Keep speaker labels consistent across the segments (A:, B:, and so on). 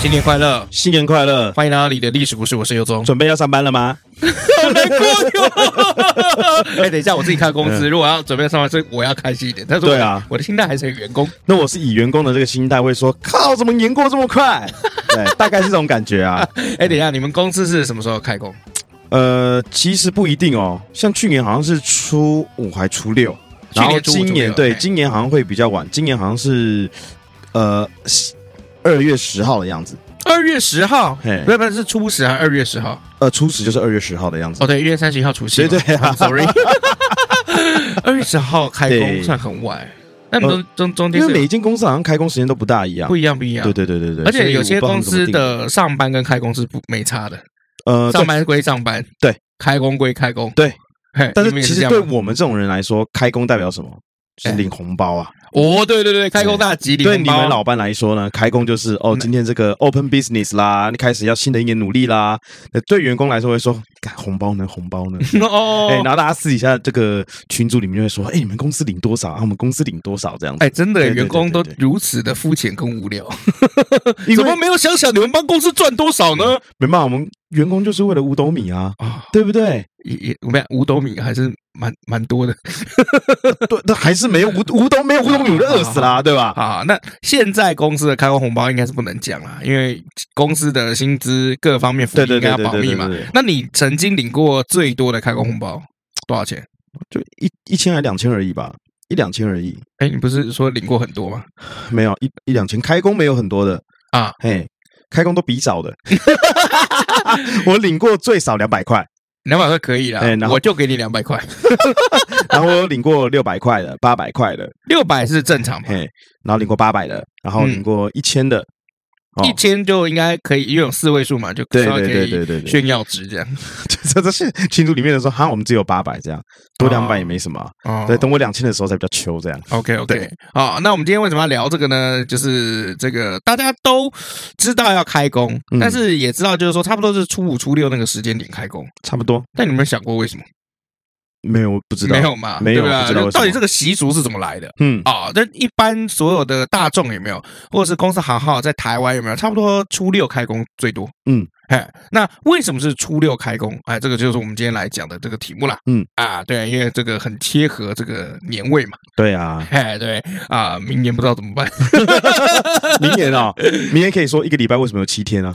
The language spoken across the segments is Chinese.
A: 新年快乐！
B: 新年快乐！
A: 欢迎来到你的历史故事，我是尤宗。
B: 准备要上班了吗？
A: 好难过哟！ 哎，等一下，我自己看工资，如果要准备上班，所以我要开心一点。但是
B: 嗯
A: 我
B: 对啊，
A: 我的心态还是员工。
B: 那我是以员工的这个心态会说，靠，怎么年过这么 快？对，大概是这种感觉啊。
A: 哎，等一下，你们公司是什么时候开工？
B: 呃，其实不一定哦，像去年好像是初五还初六，
A: 去
B: 然后
A: 年初五
B: 今年
A: 初六
B: 对
A: 哎
B: 今年好像会比较晚，今年好像是呃二月十号的样子，
A: 二月十号
B: 嘿，
A: 不是不是是初十还是二月十号？
B: 呃初十就是二月十号的样子。
A: 哦，对，一月三十一号除夕嘛。
B: 对对啊
A: I'm，sorry。二月十号开工
B: 对
A: 算很晚，那你中中中间
B: 因为
A: 是
B: 每
A: 有
B: 一间公司好像开工时间都不大一样
A: 不。一样不一样
B: 对。对对对对，
A: 而
B: 所
A: 且
B: 以
A: 有
B: 我
A: 些
B: 不知道
A: 公
B: 他们
A: 司
B: 怎么
A: 的上班跟开工是不没差的，
B: 定呃，
A: 上
B: 对
A: 班归上班，
B: 对，
A: 开工归开工，
B: 对
A: 嘿。
B: 但
A: 你
B: 是
A: 们也
B: 其
A: 是这
B: 实
A: 样
B: 对
A: 吗
B: 我们这种人来说，开工代表什么？是
A: 哎
B: 领红包啊！
A: 哦，对对对，开工大吉利，
B: 对你们老板来说呢，开工就是哦，
A: 那
B: 今天这个 open business 啦，你开始要新的一年努力啦。那对员工来说会说，干红包呢，红 包呢？
A: 哦，
B: 哎，然后大家私底下这个群组里面就会说，哎，你们公司领多少啊？我们公司领多少这样子？
A: 哎，真的，
B: 对对对
A: 员工都
B: 对对
A: 如此的肤浅跟无聊，
B: 因
A: 怎
B: 为
A: 么没有想想你们帮公司赚多少呢？
B: 没办法，我们员工就是为了五斗米啊，
A: 啊，
B: 对不对？
A: 也也，我们五斗米还是蛮蛮多的
B: 对，那还是没有五五斗没有五斗米，我就饿死啦，对吧？
A: 啊。那现在公司的开工红包应该是不能讲啦，因为公司的薪资各方面福
B: 对
A: 利
B: 对
A: 应该
B: 对
A: 要
B: 对
A: 保
B: 对
A: 密
B: 对
A: 嘛
B: 对。对
A: 那你曾经领过最多的开工红包多少钱？
B: 就一一千还两千而已吧，一两千而已，
A: 哎，你不是说领过很多吗？
B: 没有一一两千。开工没有很多的
A: 啊，
B: 嘿，开工都比少的。 我领过最少两百块，
A: 两百块可以啦
B: 哎然，后
A: 我就给你两百块，
B: 然后我有领过六百块的、八百块的，
A: 六百是正常吧？
B: 嘿，然后领过八百的，然后领过一千的。哦
A: 嗯一千就应该可以，因为有四位数嘛，就
B: 对
A: 稍微
B: 对
A: 可
B: 对
A: 以
B: 对对对，
A: 炫耀值这样。
B: 这这是群组里面的说，哈，我们只有八百这样，多
A: 哦
B: 两百也没什么啊。
A: 哦
B: 对，等我两千的时候才比较秋这样。
A: OK
B: 对
A: OK，好，那我们今天为什么要聊这个呢？就是这个大家都知道要开工，
B: 嗯
A: 但是也知道就是说差不多是初五初六那个时间点开工，
B: 差不多，
A: 但你有没有想过为什么？
B: 没有，我不知道，
A: 没有嘛，
B: 没有
A: 对吧？
B: 不知道为
A: 就
B: 什么
A: 到底这个习俗是怎么来的？
B: 嗯，
A: 啊、但一般所有的大众有没有，或者是公司行号在台湾有没有，差不多初六开工最多。
B: 嗯，
A: 哎，那为什么是初六开工？哎，这个就是我们今天来讲的这个题目啦。
B: 嗯，
A: 啊，对，因为这个很贴合这个年味嘛。，
B: 对啊
A: 哎，对啊，明年不知道怎么办。
B: 明年啊，明年可以说一个礼拜为什么有七天啊？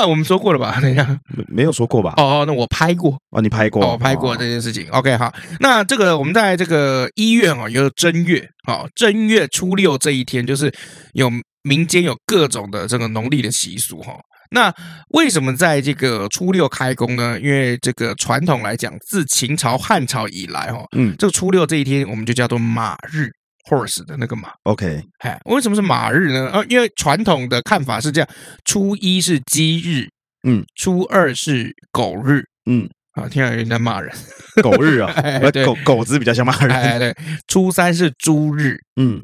A: 哇，我们说过了吧？等一下，
B: 没没有说过吧？
A: 哦，那我拍过，
B: 哦，你拍过？
A: 哦，我拍过
B: 哦
A: 这件事情。OK，好，那这个我们在这个一月哦，有正月，哦，正月初六这一天，就是有民间有各种的这个农历的习俗哈、哦。那为什么在这个初六开工呢？因为这个传统来讲，自秦朝、汉朝以来哈、哦，
B: 嗯
A: 这个初六这一天我们就叫做马日 （horse） 的那个马。
B: ，OK，
A: 哎，为什么是马日呢？呃，因为传统的看法是这样：初一是鸡日，
B: 嗯，
A: 初二是狗日，
B: 嗯，
A: 啊，听到有人在骂人。，
B: 狗日啊
A: 哎
B: 呃
A: 对
B: 狗狗子比较像骂人。
A: 哎，对，初三是猪日，
B: 嗯，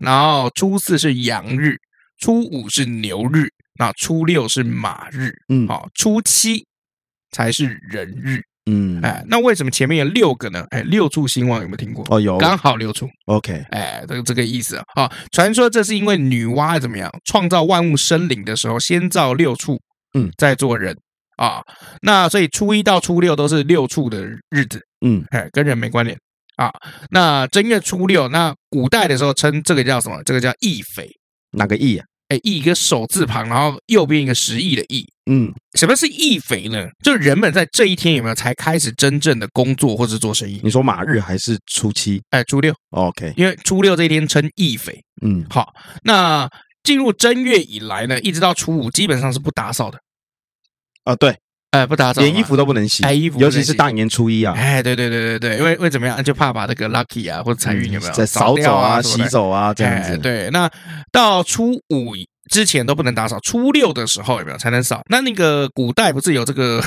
A: 然后初四是羊日，初五是牛日，那初六是马日，
B: 嗯
A: 好，初七才是人日。
B: 嗯，
A: 哎，那为什么前面有六个呢？哎，六畜兴旺有没有听过？
B: 哦有
A: 刚好六畜，
B: ，OK，
A: 哎，这个这个意思啊。啊传说这是因为女娲怎么样创造万物生灵的时候，先造六畜，
B: 嗯，
A: 再做人啊。那所以初一到初六都是六畜的日子。
B: 嗯
A: 哎，跟人没关联啊。那正月初六，那古代的时候称这个叫什么？这个叫义匪，
B: 哪个亿啊？
A: 哎，义一个手字旁，然后右边一个十亿的义。
B: 嗯
A: 什么是义匪呢？就是人们在这一天有没有才开始真正的工作或是做生意？
B: 你说马日还是初七哦
A: 哎，初六，
B: ？OK，
A: 因为初六这一天称义匪。
B: 嗯
A: 好，那进入正月以来呢，一直到初五，基本上是不打扫的。
B: 啊对，
A: 哎，不打扫嘛，
B: 连衣服都不能洗，
A: 哎衣服不能
B: 尤
A: 洗
B: 其是大年初一啊，
A: 哎，对对对对对，因为因为怎么样，就怕把那个 lucky 啊或者财运有没有
B: 嗯在扫
A: 掉
B: 帚
A: 啊、什么
B: 洗
A: 的
B: 手啊这样
A: 哎
B: 子。
A: 对，那到初五之前都不能打扫，初六的时候有没有才能扫？那那个古代不是有这个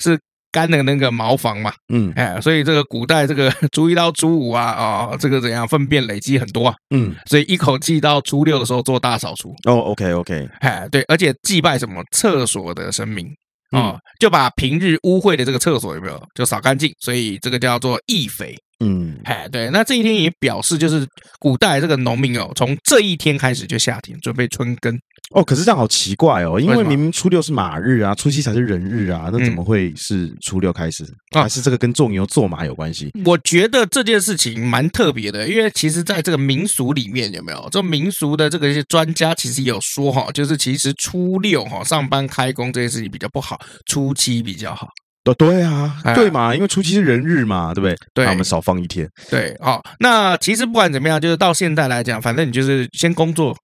A: 是干的那个茅房嘛？
B: 嗯
A: 哎，所以这个古代这个初一到初五啊，哦，这个怎样粪便累积很多啊，
B: 嗯，
A: 所以一口气到初六的时候做大扫除。
B: 哦，OK OK，
A: 哎，对，而且祭拜什么厕所的神明。哦，就把平日污秽的这个厕所有没有就扫干净，所以这个叫做易肥。
B: 嗯
A: 哎，对，那这一天也表示就是古代这个农民哦，从这一天开始就下田准备春耕。
B: 哦，可是这样好奇怪哦，因
A: 为
B: 为
A: 什么嗯
B: 明明初六是马日啊，初七才是人日啊，那怎么会是初六开始？
A: 啊
B: 还是这个跟做牛做马有关系？
A: 我觉得这件事情蛮特别的，因为其实在这个民俗里面有没有这民俗的这个一些专家其实也有说哈，就是其实初六哈上班开工这件事情比较不好，初七比较好。
B: 哦，对啊
A: 哎，
B: 对嘛，因为初七是人日嘛，对不对？
A: 对
B: 那我们少放一天。
A: 对，好、那其实不管怎么样，就是到现在来讲，反正你就是先工作，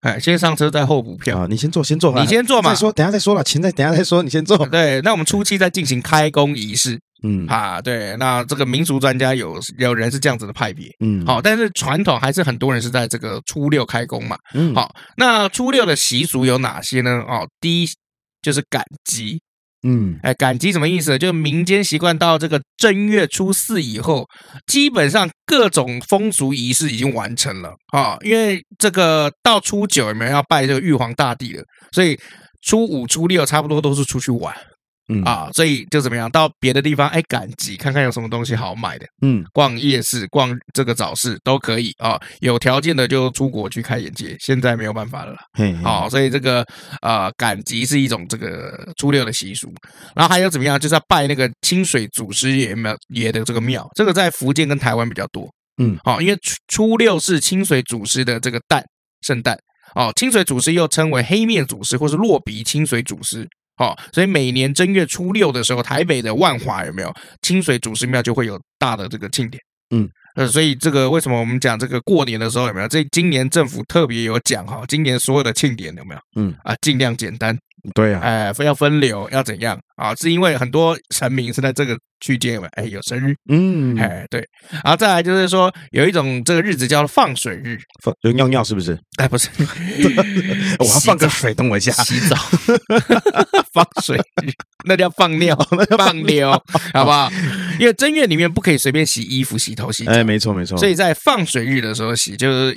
A: 哎，先上车再后补票，
B: 啊，你先做，先做，
A: 你先做嘛
B: 再说，等一下再说了，钱再等一下再说，你先做。
A: 对，那我们初期再进行开工仪式
B: 嗯
A: 啊。对，那这个民俗专家有有人是这样子的派别。
B: 嗯，
A: 好，但是传统还是很多人是在这个初六开工嘛。
B: 嗯，
A: 好，那初六的习俗有哪些呢？哦，第一就是赶集。
B: 嗯
A: 哎，赶集什么意思呢？就是民间习惯到这个正月初四以后，基本上各种风俗仪式已经完成了啊、因为这个到初九有没有要拜这个玉皇大帝了，所以初五、初六差不多都是出去玩。
B: 嗯
A: 啊，所以就怎么样，到别的地方哎赶集，看看有什么东西好买的，
B: 嗯，
A: 逛夜市、逛这个早市都可以啊。有条件的就出国去开眼界，现在没有办法了啦。
B: 嘿，嘿，
A: 哦好、所以这个呃赶集是一种这个初六的习俗，然后还有怎么样，就是要拜那个清水祖师爷庙爷的这个庙，这个在福建跟台湾比较多。
B: 嗯，
A: 好、因为初初六是清水祖师的这个诞圣诞哦，清水祖师又称为黑面祖师或是落鼻清水祖师。哦，所以每年正月初六的时候，台北的万华有没有清水祖师庙就会有大的这个庆典。呃，所以这个为什么我们讲这个过年的时候有没有？这今年政府特别有讲哈，今年所有的庆典有没有？
B: 嗯
A: 啊，尽量简单，
B: 对啊，
A: 哎、要分流，要怎样啊？是因为很多神明是在这个区间有没有？哎，有生日，
B: 嗯，
A: 哎，对，然后再来就是说有一种这个日子叫放水日，
B: 放就尿尿是不是？，
A: 哎，不是
B: 我要放个水，等我一下。
A: 洗澡，放水日，那叫放 尿，放流，好不好？因为正月里面不可以随便洗衣服、洗头、洗脚
B: 哎，，没错没错，
A: 所以在放水日的时候洗，就是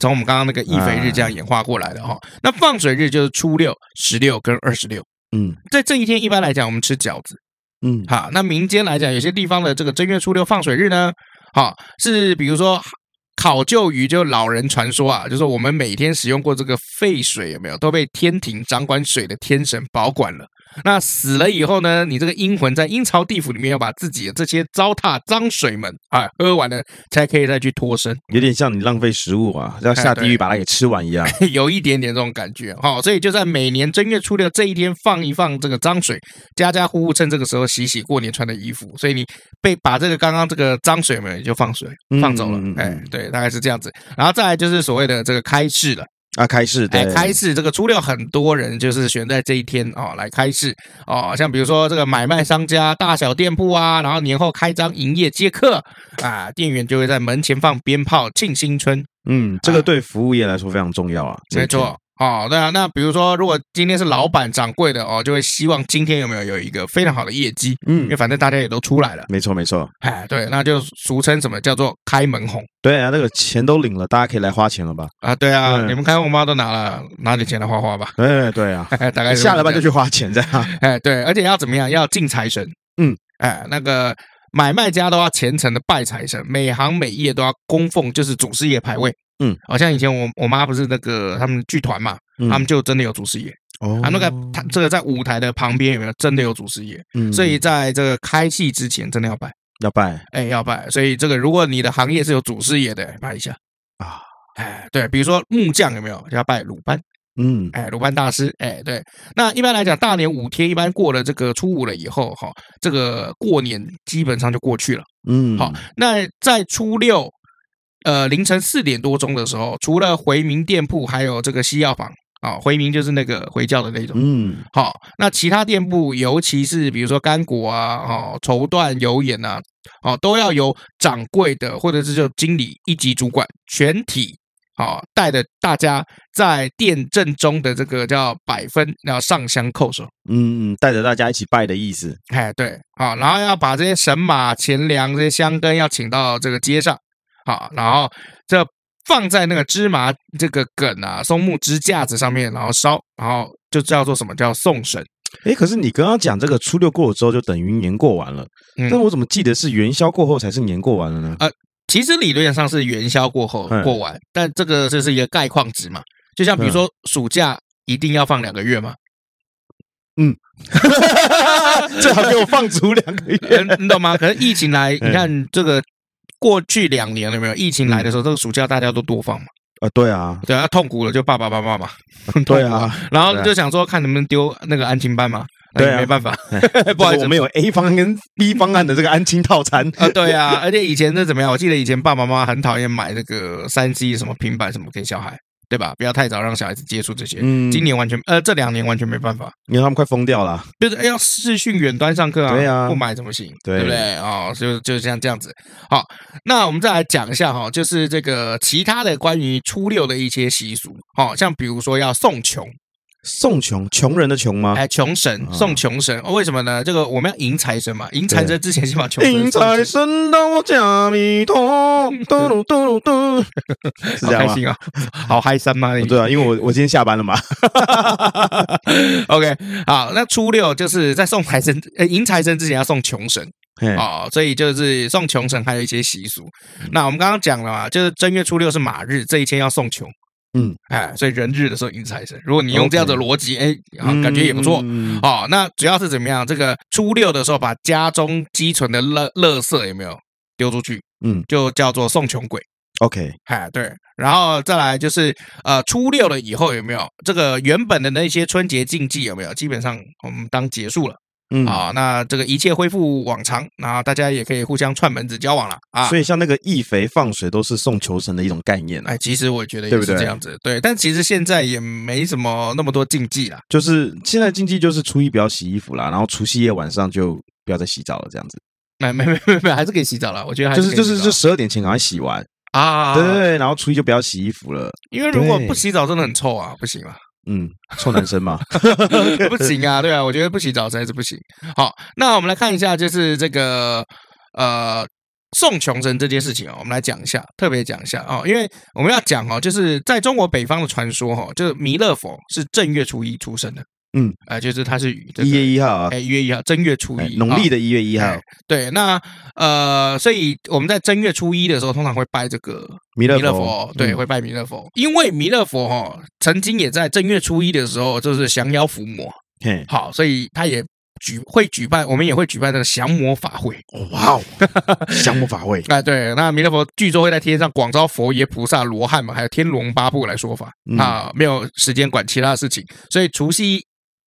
A: 从我们刚刚那个易肥日这样演化过来的哈、那放水日就是初六、十六跟二十六，
B: 嗯
A: 在这一天一般来讲我们吃饺子
B: 嗯
A: 哈。那民间来讲，有些地方的这个正月初六放水日呢，哈是比如说。考究于就老人传说啊，就是我们每天使用过这个废水有没有都被天庭掌管水的天神保管了。那死了以后呢，你这个阴魂在阴曹地府里面要把自己的这些糟蹋脏水们啊喝完了，才可以再去脱身。
B: 有点像你浪费食物啊，要下地
A: 哎对
B: 狱把它给吃完一样。
A: 有一点点这种感觉哈、哦，所以就在每年正月初六这一天放一放这个脏水，家家户户趁这个时候洗洗过年穿的衣服，所以你被把这个刚刚这个脏水们就放水
B: 嗯
A: 放走了
B: 嗯嗯，
A: 哎
B: 嗯，
A: 对，大概是这样子。然后再来就是所谓的这个开市了，
B: 啊，开市
A: 哎
B: 对，，
A: 开市这个初六很多人就是选在这一天哦来开市哦，像比如说这个买卖商家、大小店铺啊，然后年后开张营业接客啊，店员就会在门前放鞭炮庆新春。
B: 嗯，这个对服务业来说非常重要啊。
A: 啊没错。哦，对啊，那比如说，如果今天是老板掌柜的哦，就会希望今天有没有有一个非常好的业绩，
B: 这一天，
A: 因为
B: 嗯，
A: 反正大家也都出来了，
B: 没错没错，
A: 哎，对，那就俗称什么叫做开门红
B: 对啊，那个钱都领了，大家可以来花钱了吧？
A: 啊？对啊，
B: 嗯
A: 你们开红包都拿了，拿点钱来花花吧，
B: 对对啊，
A: 大概是
B: 下了班
A: 这
B: 就
A: 样
B: 去花钱这 样。啊
A: 哎，对，而且要怎么样？要敬财神，
B: 嗯，
A: 哎，那个买卖家都要虔诚的拜财神，每行每业都要供奉，就是祖师爷牌位。
B: 嗯，
A: 好、像以前我我妈不是那个他们剧团嘛，
B: 嗯
A: 他们就真的有祖师爷，
B: 哦
A: 啊，那个他这个在舞台的旁边有没有真的有祖师爷？
B: 嗯
A: 所以在这个开戏之前真的要拜，
B: 要拜
A: 哎，要拜。所以这个如果你的行业是有祖师爷的，拜一下。
B: 啊，
A: 哎，对，比如说木匠有没有就要拜鲁班？
B: 嗯
A: 哎，鲁班大师，哎，对。那一般来讲，大年五天一般过了这个初五了以后，哈，这个过年基本上就过去了。
B: 嗯，
A: 好，那在初六，呃，凌晨四点多钟的时候，除了回民店铺，还有这个西药房哦，回民就是那个回教的那种。
B: 嗯，
A: 好、那其他店铺，尤其是比如说干果啊、哦绸缎、油盐啊，哦都要由掌柜的或者是就经理一级主管全体哦带着大家在店正中的这个叫百分，然后上香叩首。
B: 嗯，带着大家一起拜的意思。
A: 哎，对，好、然后要把这些神马、钱粮、这些香根要请到这个街上，好、然后这放在那个芝麻这个梗啊、松木支架子上面，然后烧，然后就叫做什么叫送神。
B: 哎，可是你刚刚讲这个初六过了之后，就等于年过完了。
A: 嗯
B: 但我怎么记得是元宵过后才是年过完了呢？
A: 其实理论上是元宵过后
B: 嗯
A: 过完，但这个就是一个概况值嘛。就像比如说暑假一定要放两个 月嘛，
B: 最好给我放足两 个月。
A: 嗯你懂吗？可是疫情来，
B: 嗯
A: 你看这个过去两年了没有？疫情来的
B: 嗯
A: 时候，这个暑假大家都多放嘛，
B: 啊，对啊，
A: 对啊，痛苦了就爸爸妈妈嘛，
B: 对啊，
A: 然后就想说看能不能丢那个安亲班嘛，那也
B: 对啊
A: 没办法， 不
B: 不
A: 好意思
B: 我们有 A 方案跟 B 方案的这个安亲套餐。
A: 啊，对啊，而且以前那怎么样？我记得以前爸爸妈妈很讨厌买那个三 C 什么平板什么给小孩，对吧？不要太早让小孩子接触这些。
B: 嗯，
A: 今年完全呃，这两年完全没办法，
B: 因为他们快疯掉了。
A: 就是要视讯远端上课啊，
B: 对啊
A: 不买怎么行？
B: 对
A: 不对？哦，就就像这样子。好，那我们再来讲一下哈、就是这个其他的关于初六的一些习俗，哦，像比如说要送穷，
B: 送穷，穷人的穷吗？
A: 哎，穷神
B: 啊
A: 送穷神、哦为什么呢？这个我们要迎财神嘛，迎财神之前先
B: 哎
A: 把穷神送进去
B: 神到加弥陀，嘟噜嘟噜 嘟，是
A: 好
B: 这样
A: 开
B: 吗？
A: 心啊，好嗨三吗？你
B: 对啊，因为我我今天下班了嘛。
A: OK，好，那初六就是在送财神、呃迎财神之前要送穷神
B: 嘿
A: 哦，所以就是送穷神还有一些习俗。
B: 嗯
A: 那我们刚刚讲了嘛，就是正月初六是马日，这一天要送穷，
B: 嗯，
A: 哎，所以人日的时候迎财神。如果你用这样的逻辑，哎、好，感觉也不错。
B: 嗯
A: 哦，那主要是怎么样？这个初六的时候，把家中积存的乐乐色有没有丢出去？
B: 嗯
A: 就叫做送穷鬼。
B: ，OK，
A: 哎，对，然后再来就是呃，初六了以后有没有这个原本的那些春节禁忌有没有？基本上我们当结束了
B: 嗯，
A: 啊、那这个一切恢复往常，然后大家也可以互相串门子交往了啊。
B: 所以像那个易肥放水都是送求神的一种概念啊，
A: 哎，其实我觉
B: 对
A: 得也
B: 不
A: 是
B: 对
A: 这样子，对。但其实现在也没什么那么多禁忌啦。
B: 就是现在禁忌就是初一不要洗衣服啦，然后除夕夜晚上就不要再洗澡了，这样子，
A: 哎没没没没没，还是可以洗澡了。我觉得还
B: 就是是
A: 哎可
B: 就
A: 以
B: 是
A: 洗澡
B: 就十二点前赶快洗完，
A: 啊，
B: 对对，对，然后初一就不要洗衣服了，
A: 因为如果
B: 对
A: 不洗澡真的很臭啊，不行啊。
B: 嗯，臭男生嘛，
A: 不行啊，对啊，我觉得不洗澡实在是不行。好，那我们来看一下，就是这个呃送穷神这件事情哦，我们来讲一下，特别讲一下哦，因为我们要讲哦，就是在中国北方的传说哦，就是弥勒佛是正月初一出生的，
B: 嗯，
A: 呃， 就是他是这个
B: 一月一号啊
A: 哎，一月一号，正月初
B: 哎
A: 一，
B: 农历
A: 的。
B: 的一月一号
A: 哎，对，那呃，所以我们在正月初一的时候，通常会拜这个
B: 弥勒
A: 弥勒佛，对，
B: 嗯
A: 会拜弥勒佛，因为弥勒佛哦，曾经也在正月初一的时候，就是降妖伏魔，
B: 嘿，
A: 好，所以他也举会举办，我们也会举办那个降魔法会。
B: 哇哦，降魔法会，
A: 哎，对，那弥勒佛据说会在天上广招佛爷、菩萨、罗汉们，还有天龙八部来说法
B: 嗯
A: 啊，没有时间管其他的事情，所以除夕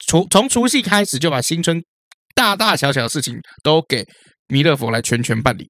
A: 除从除夕开始就把新春大大小小的事情都给弥勒佛来全权办理。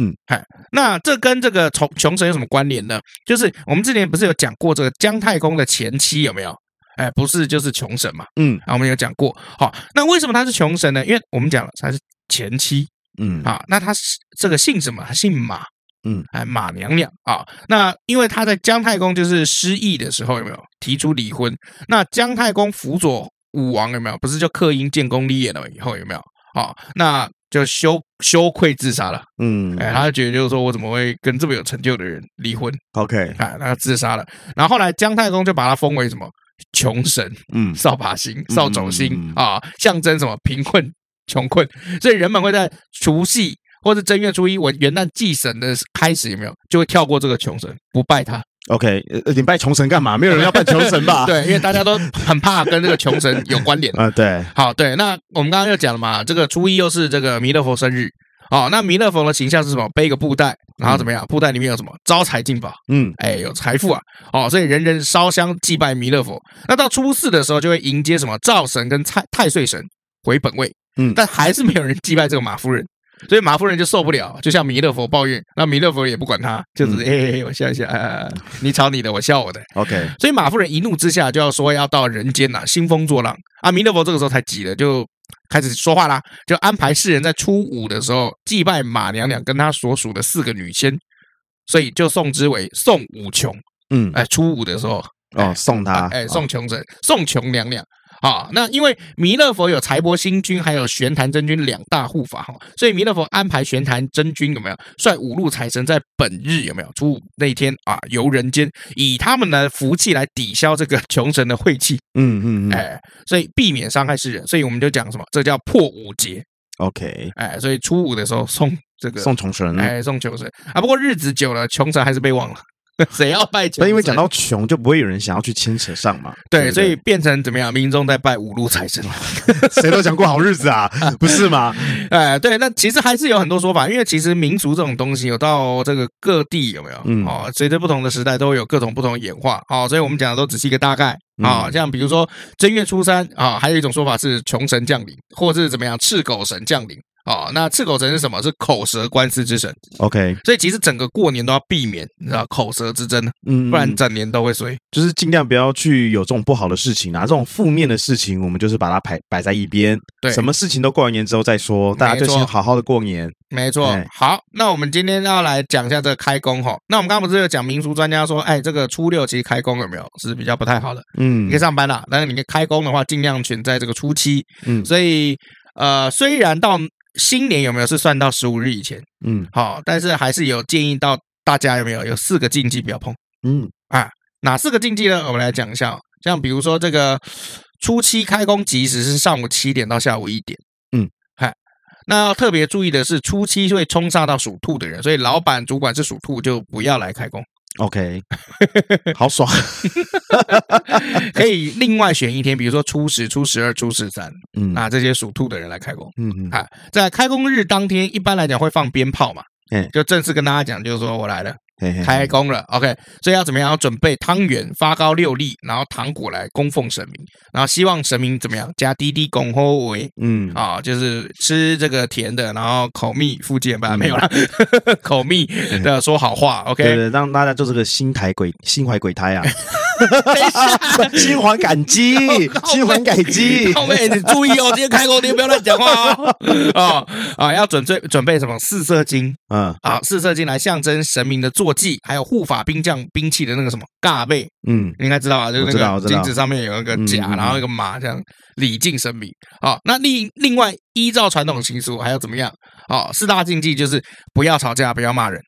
B: 嗯，
A: 哎，那这跟这个穷穷神有什么关联呢？就是我们之前不是有讲过这个姜太公的前妻有没有？哎，不是就是穷神嘛？
B: 嗯
A: 啊，我们有讲过。好，那为什么他是穷神呢？因为我们讲了他是前妻
B: 嗯，
A: 啊，那他是这个姓什么？他姓马，
B: 嗯，
A: 哎，马娘娘啊。那因为他在姜太公就是失忆的时候，有没有提出离婚？那姜太公辅佐武王有没有？不是就克殷建功立业了以后有没有？啊，那就羞羞愧自杀了。
B: 嗯
A: 哎，他就觉得就是说我怎么会跟这么有成就的人离婚？
B: ，OK，
A: 哎，那他自杀了。然后后来姜太公就把他封为什么穷神，
B: 嗯，
A: 扫把星、扫帚星
B: 嗯
A: 啊，象征什么贫困、穷困，所以人们会在除夕或者正月初一，我元旦祭神的开始有没有，就会跳过这个穷神，不拜他。
B: OK，呃呃你拜穷神干嘛？没有人要拜 穷神吧？
A: 对，因为大家都很怕跟这个穷神有 关联。
B: 啊，对，
A: 好，对，那我们刚刚又讲了嘛，这个初一又是这个弥勒佛生日。哦，那弥勒佛的形象是什么？背一个布袋，然后怎么样？布袋里面有什么？招财进宝，
B: 嗯，
A: 哎，有财富啊！哦，所以人人烧香祭拜弥勒佛。那到初四的时候，就会迎接什么灶神跟太太岁神回本位。
B: 嗯
A: 但还是没有人祭拜这个马夫人。所以马夫人就受不了，就向弥勒佛抱怨，那弥勒佛也不管他，就只是哎、欸欸，我笑一笑，啊、你吵你的，我笑我的。
B: OK，
A: 所以马夫人一怒之下就要说要到人间呐、兴风作浪啊！弥勒佛这个时候才急了，就开始说话啦，就安排世人在初五的时候祭拜马娘娘跟她所属的四个女仙，所以就送之为送五穷。
B: 嗯，
A: 哎，初五的时候，
B: 哦，送他，
A: 哎，送穷神，送穷娘娘。啊，那因为弥勒佛有财帛星君，还有玄坛真君两大护法哈，所以弥勒佛安排玄坛真君有没有率五路财神在本日有没有初五那一天啊游人间，以他们的福气来抵消这个穷神的晦气，
B: 嗯嗯嗯
A: 哎，所以避免伤害世人，所以我们就讲什么，这叫破五节，
B: ，OK，
A: 哎，所以初五的时候送这个
B: 送重嗯神。
A: 哎送穷神啊，不过日子久了，穷神还是被忘了， 谁要拜穷神？
B: 那因为讲到穷，就不会有人想要去牵扯上 嘛。
A: 对，
B: 不
A: 所以变成怎么样，民众在拜五路财神。
B: 谁都想过好日子 啊，不是吗？
A: 哎，对，那其实还是有很多说法，因为其实民俗这种东西，有到这个各地有没有？
B: 嗯
A: 哦，随着不同的时代，都有各种不同的演化。哦，所以我们讲的都只是一个大概啊、哦
B: 嗯
A: 像比如说正月初三啊、还有一种说法是穷神降临，或是怎么样赤狗神降临。哦，那赤狗神是什么？是口舌官司之神，
B: OK，
A: 所以其实整个过年都要避免，你知道口舌之争，
B: 嗯，
A: 不然整年都会衰。
B: 就是尽量不要去有这种不好的事情啊，这种负面的事情，我们就是把它摆摆在一边。
A: 对
B: 什么事情都过完年之后再说，大家就
A: 没错
B: 先好好的过年。
A: 没错
B: 哎。
A: 好，那我们今天要来讲一下这个开工哈。那我们刚刚不是有讲民俗专家说，哎，这个初六其实开工有没有是比较不太好的？你
B: 嗯
A: 可以，上班啦，但是你开工的话，尽量选在这个初期。
B: 嗯
A: 所以呃，虽然到新年有没有是算到十五日以前，
B: 嗯
A: 好、但是还是有建议到大家有没有有四个禁忌不要碰。
B: 嗯
A: 哪四个禁忌呢？我们来讲一下哦、像比如说这个初期开工即时是上午七点到下午一点，
B: 嗯，
A: 嗨，那要特别注意的是，初期会冲煞到属兔的人，所以老板主管是属兔就不要来开 工，
B: ，OK，好爽。
A: 可以另外选一天，比如说初十、初十二、初十三，
B: 嗯
A: 那这些属兔的人来开工。
B: 嗯嗯
A: 啊，在开工日当天，一般来讲会放鞭炮嘛
B: 嗯，
A: 就正式跟大家讲，就是说我来了，
B: 嘿嘿
A: 开工了，OK，所以要怎么样？要准备汤圆、发糕六粒，然后糖果来供奉神明，然后希望神明怎么样？加滴滴拱后尾
B: 嗯
A: 啊，就是吃这个甜的，然后口蜜腹剑吧，没有啦， 口蜜的说好话
B: 嗯对
A: ，OK，
B: 对，让大家做这个心怀鬼心怀鬼胎啊，心怀感激，
A: 哦
B: 心怀感激。
A: 后面你注意哦，今天开工你不要乱讲话 哦，啊啊，要准备准备什么四色金，
B: 嗯
A: 啊，四色金来象征神明的坐骑，还有护法兵将兵器的那个什么尬背，
B: 嗯
A: 你应该知道啊，就是
B: 我知道
A: 那
B: 我
A: 个
B: 知道
A: 金子上面有一个甲，
B: 嗯嗯嗯
A: 然后一个马，这样礼敬神明啊。那另另外依照传统习俗还要怎么样啊？四大禁忌就是不要吵架，不要骂人，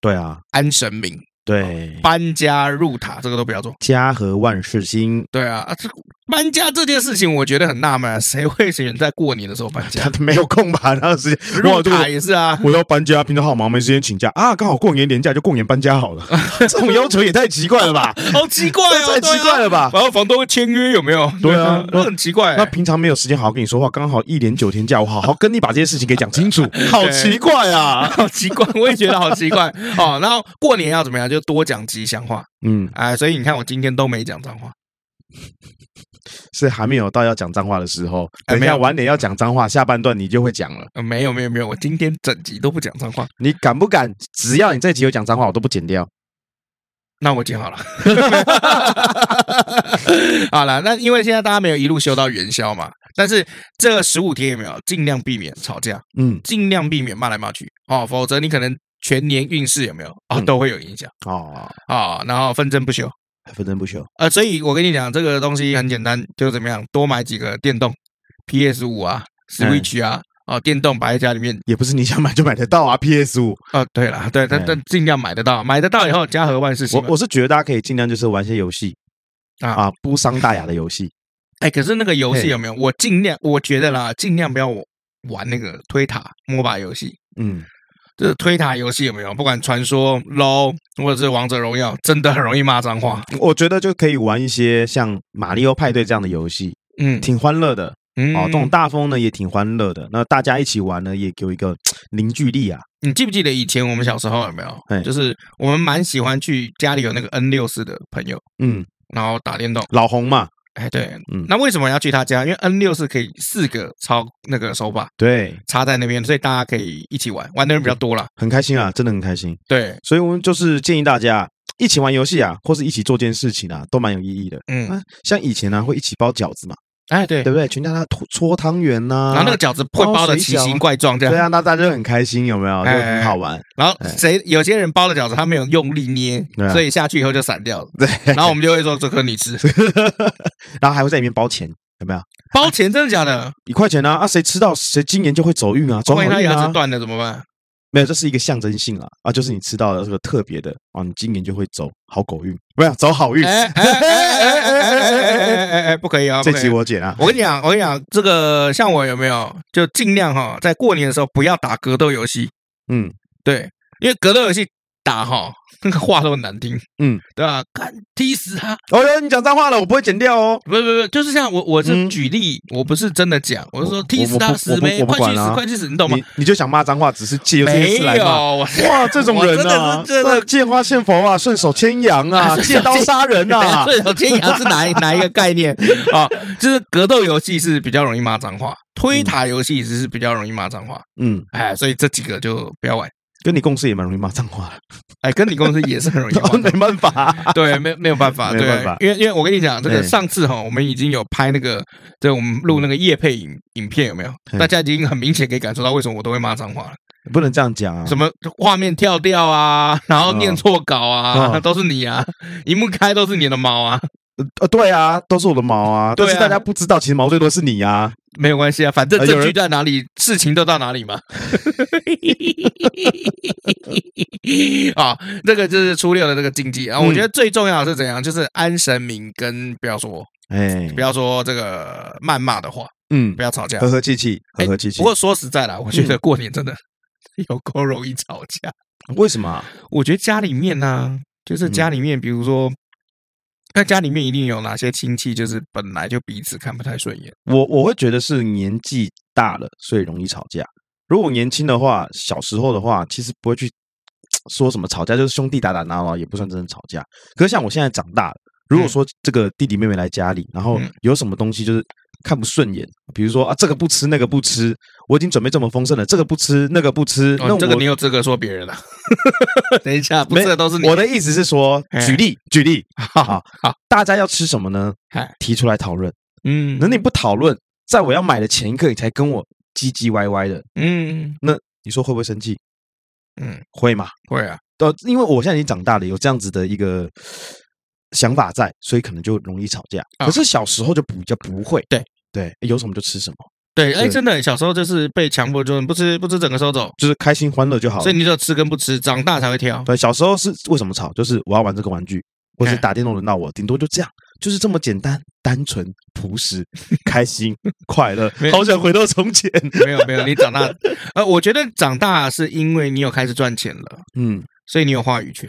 B: 对啊，
A: 安神明，
B: 对，
A: 搬家入塔这个都不要做。
B: 家和万事兴。
A: 对啊，啊这搬家这件事情我觉得很纳闷啊，谁会选在过年的时候搬家
B: 他？没有空吧？那个时间，
A: 入
B: 哇，这个
A: 塔也是 啊，
B: 我要搬家，平常好忙，没时间请假啊，刚好过年年假就过年搬家好了。这种要求也太奇怪了吧？
A: 好奇怪
B: 这
A: 哦，
B: 太奇怪
A: 了。
B: 了吧？
A: 然后房东会签约有没有？
B: 对 啊
A: 都很奇怪欸。
B: 那平常没有时间好好跟你说话，刚好一连九天假，我好好跟你把这些事情给讲清楚，好奇怪 啊！
A: 好奇怪，我也觉得好奇怪哦。然后过年要怎么样，就多讲吉祥话
B: 嗯，
A: 哎。所以你看，我今天都没讲脏话，
B: 是还没有到要讲脏话的时候，
A: 哎
B: 等一
A: 没
B: 下
A: 有
B: 啊晚点要讲脏话，下半段你就会讲了。
A: 呃没有没有没有，我今天整集都不讲脏话。
B: 你敢不敢？只要你这集有讲脏话，我都不剪掉。
A: 那我剪好了， 好了。那因为现在大家没有一路休到元宵嘛，但是这十五天有没有尽量避免吵架，
B: 嗯，
A: 尽量避免骂来骂去哦，否则你可能全年运势有没有啊、
B: 嗯
A: 都会有影响
B: 哦，
A: 啊、然后纷争不休。
B: 分针不休。
A: 呃，所以我跟你讲，这个东西很简单，就是怎么样，多买几个电动 PS 五啊、Switch 啊，哦，电动摆在家里面。
B: 也不是你想买就买得到 啊！PS 五，
A: 哦，对了，对，但
B: 哎
A: 但尽量买得到，买得到以后家和万事兴
B: 我
A: 嘛。
B: 我是觉得大家可以尽量就是玩一些游戏
A: 啊
B: 啊，不伤大雅的游戏。
A: 哎，可是那个游戏
B: 嘿
A: 有没有？我尽量，我觉得啦，尽量不要我玩那个推塔 MOBA 游戏。
B: 嗯，
A: 就是推塔游戏有没有？不管传说、LO 或者是王者荣耀，真的很容易骂脏话。
B: 我觉得就可以玩一些像《马里奥派对》这样的游戏，
A: 嗯
B: 挺欢乐的。
A: 嗯，
B: 哦，这种大风呢也挺欢乐的。那大家一起玩呢，也有一个凝聚力啊。
A: 你记不记得以前我们小时候有没有？
B: 哎
A: 就是我们蛮喜欢去家里有那个 N 六四的朋友，
B: 嗯，
A: 然后打电动。
B: 老红嘛，
A: 哎，对，
B: 嗯
A: 那为什么要去他家？因为 N 六是可以四个超那个手把
B: 对，
A: 插在那边，所以大家可以一起玩，玩的人比较多啦。
B: 很开心啊，真的很开心。
A: 对，
B: 所以我们就是建议大家一起玩游戏啊，或是一起做件事情啊，都蛮有意义的。
A: 嗯，
B: 啊，像以前呢、啊，会一起包饺子嘛，
A: 哎，对
B: 对，不对？啊全家他搓搓汤圆呐、
A: 然后那个饺子会包的奇形怪状这
B: 对
A: 样，
B: 啊，那大家就很开心，有没有？就
A: 哎
B: 很好玩。
A: 然后谁有些人包的饺子他没有用力捏
B: 对，啊
A: 所以下去以后就散掉了。
B: 对，
A: 然后我们就会说这颗你吃，
B: 然后还会在里面包钱，有没有？
A: 包钱真的 假的？
B: 一块钱啊，啊，谁吃到谁今年就会走运啊，走好
A: 万一他
B: 运
A: 牙
B: 啊
A: 齿。断了怎么办？
B: 没有，这是一个象征性啊，啊，就是你吃到的这个特别的啊，你今年就会走好狗运，不是走好运。
A: 哎哎哎哎哎哎哎哎哎，不可以啊！
B: 这集我剪啊，
A: 我跟你讲，我跟你讲，这个像我有没有就尽量哈，在过年的时候不要打格斗游戏，
B: 嗯，
A: 对，因为格斗游戏打哈那个话都很难听，
B: 嗯，
A: 对吧？干踢死他！
B: 哦哟，你讲脏话了，我不会剪掉哦。
A: 不不不，就是像我我是
B: 嗯
A: 举例，我不是真的讲，我是说
B: 我
A: 踢死
B: 我
A: 他
B: 不
A: 死
B: 我不
A: 没，
B: 我不
A: 快去
B: 管
A: 死
B: 啊
A: 快去死，你懂吗
B: 你？你就想骂脏话，只是借由这件
A: 没
B: 事来
A: 有，
B: 骂。
A: 我
B: 哇，这种人啊
A: 我，真的是真的
B: 那借花献佛啊，顺手牵羊 啊，借刀杀人 啊，
A: 顺手牵羊是哪一哪一个概念啊？就是格斗游戏是比较容易骂脏话，推塔游戏只是比较容易骂脏话，
B: 嗯，
A: 哎，所以这几个就不要玩。
B: 跟你共事也蛮容易骂脏话的，
A: 哎，跟你公司也 是很容易骂脏
B: 没
A: 话。
B: 办法啊，
A: 对，没没有办法，
B: 没有
A: 对
B: 办法，
A: 因为因为我跟你讲，这个
B: 哎
A: 上次哈，我们已经有拍那个，对，我们录那个夜配影影片有没有？
B: 嗯
A: 大家已经很明显可以感受到为什么我都会骂脏话了。
B: 不能这样讲啊，
A: 什么画面跳掉啊， 然后念错稿啊，
B: 哦
A: 都是你啊， 荧幕开都是你的猫啊，
B: 呃，对啊，都是我的毛啊，
A: 对啊
B: 但是大家不知道，其实毛最多是你啊，
A: 没有关系啊，反正
B: 呃有
A: 证
B: 人
A: 据在哪里，事情都到哪里嘛。 啊，这个就是初六的这个禁忌啊。我
B: 嗯
A: 觉得最重要的是怎样，就是安神明跟不要说
B: 哎
A: 不，要说这个谩骂的话，
B: 嗯
A: 不，要吵架
B: 和。和气气，
A: 哎
B: 和和气气
A: 不。过说实在啦，我觉得过年真的 有够容易吵架。
B: 为什么啊？
A: 我觉得家里面呢、啊就是
B: 嗯
A: 家里面，比如说，那家里面一定有哪些亲戚，就是本来就彼此看不太顺眼。
B: 我我会觉得是年纪大了，所以容易吵架。如果年轻的话，小时候的话，其实不会去说什么吵架，就是兄弟打打闹闹，也不算真的吵架。可是像我现在长大了，如果说这个弟弟妹妹来家里，然后
A: 嗯
B: 有什么东西就是看不顺眼，比如说啊这个不吃那个不吃，我已经准备这么丰盛了，这个不吃那个不吃，呃那
A: 哦，
B: 我
A: 这个你有资格说别人啊？ 等一下，不
B: 没
A: 是都是你
B: 我的意思是说
A: 哎，
B: 举例举例，
A: 好
B: 好
A: 好，
B: 大家要吃什么呢
A: 哎？
B: 提出来讨论。
A: 嗯
B: 那你不讨论，在我要买的前一刻，你才跟我唧唧歪歪的，
A: 嗯
B: 你说会不会生气？
A: 嗯，
B: 会嘛？
A: 会啊，
B: 呃，因为我现在已经长大了，有这样子的一个想法在，所以可能就容易吵架。
A: 啊
B: 可是小时候就比较不会，
A: 对
B: 对，有什么就吃什么，
A: 对，哎，
B: 对
A: 真的，小时候就是被强迫，就是不吃不吃整个收走，
B: 就是开心欢乐就好
A: 所
B: 了
A: 以。你就吃跟不吃，长大才会挑。
B: 对，小时候是为什么吵？就是我要玩这个玩具，或是
A: 嗯
B: 打电动轮到我，顶多就这样，就是这么简单、单纯、朴实、开心、快乐
A: 没。有
B: 好想回到从 前。
A: 没有没有，你长大，呃，我觉得长大是因为你有开始赚钱了，
B: 嗯，
A: 所以你有话语权，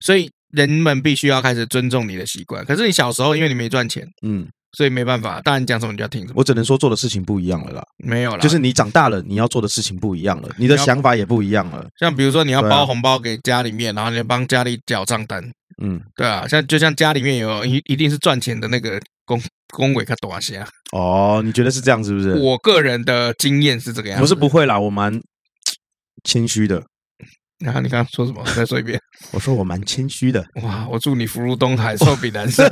A: 所以人们必须要开始尊重你的习惯。可是你小时候因为你没赚钱，
B: 嗯，
A: 所以没办法，大人讲什么你就要听什么。
B: 我只能说做的事情不一样了啦，
A: 没有啦，
B: 就是你长大了，你要做的事情不一样了，你的
A: 你要
B: 想法也不一样了。
A: 像比如说你要
B: 对啊
A: 包红包给家里面，然后你帮家里缴账单，
B: 嗯，
A: 对啊，像就像家里面有一一定是赚钱的那个公公委看多些啊。
B: 哦，你觉得是这样是不是？
A: 我个人的经验是这个样子。
B: 我是不会啦，我蛮谦虚的。
A: 然后你刚刚说什么？再说一遍。
B: 我说我蛮谦虚的，
A: 哇，我祝你福如东海，寿比 南山。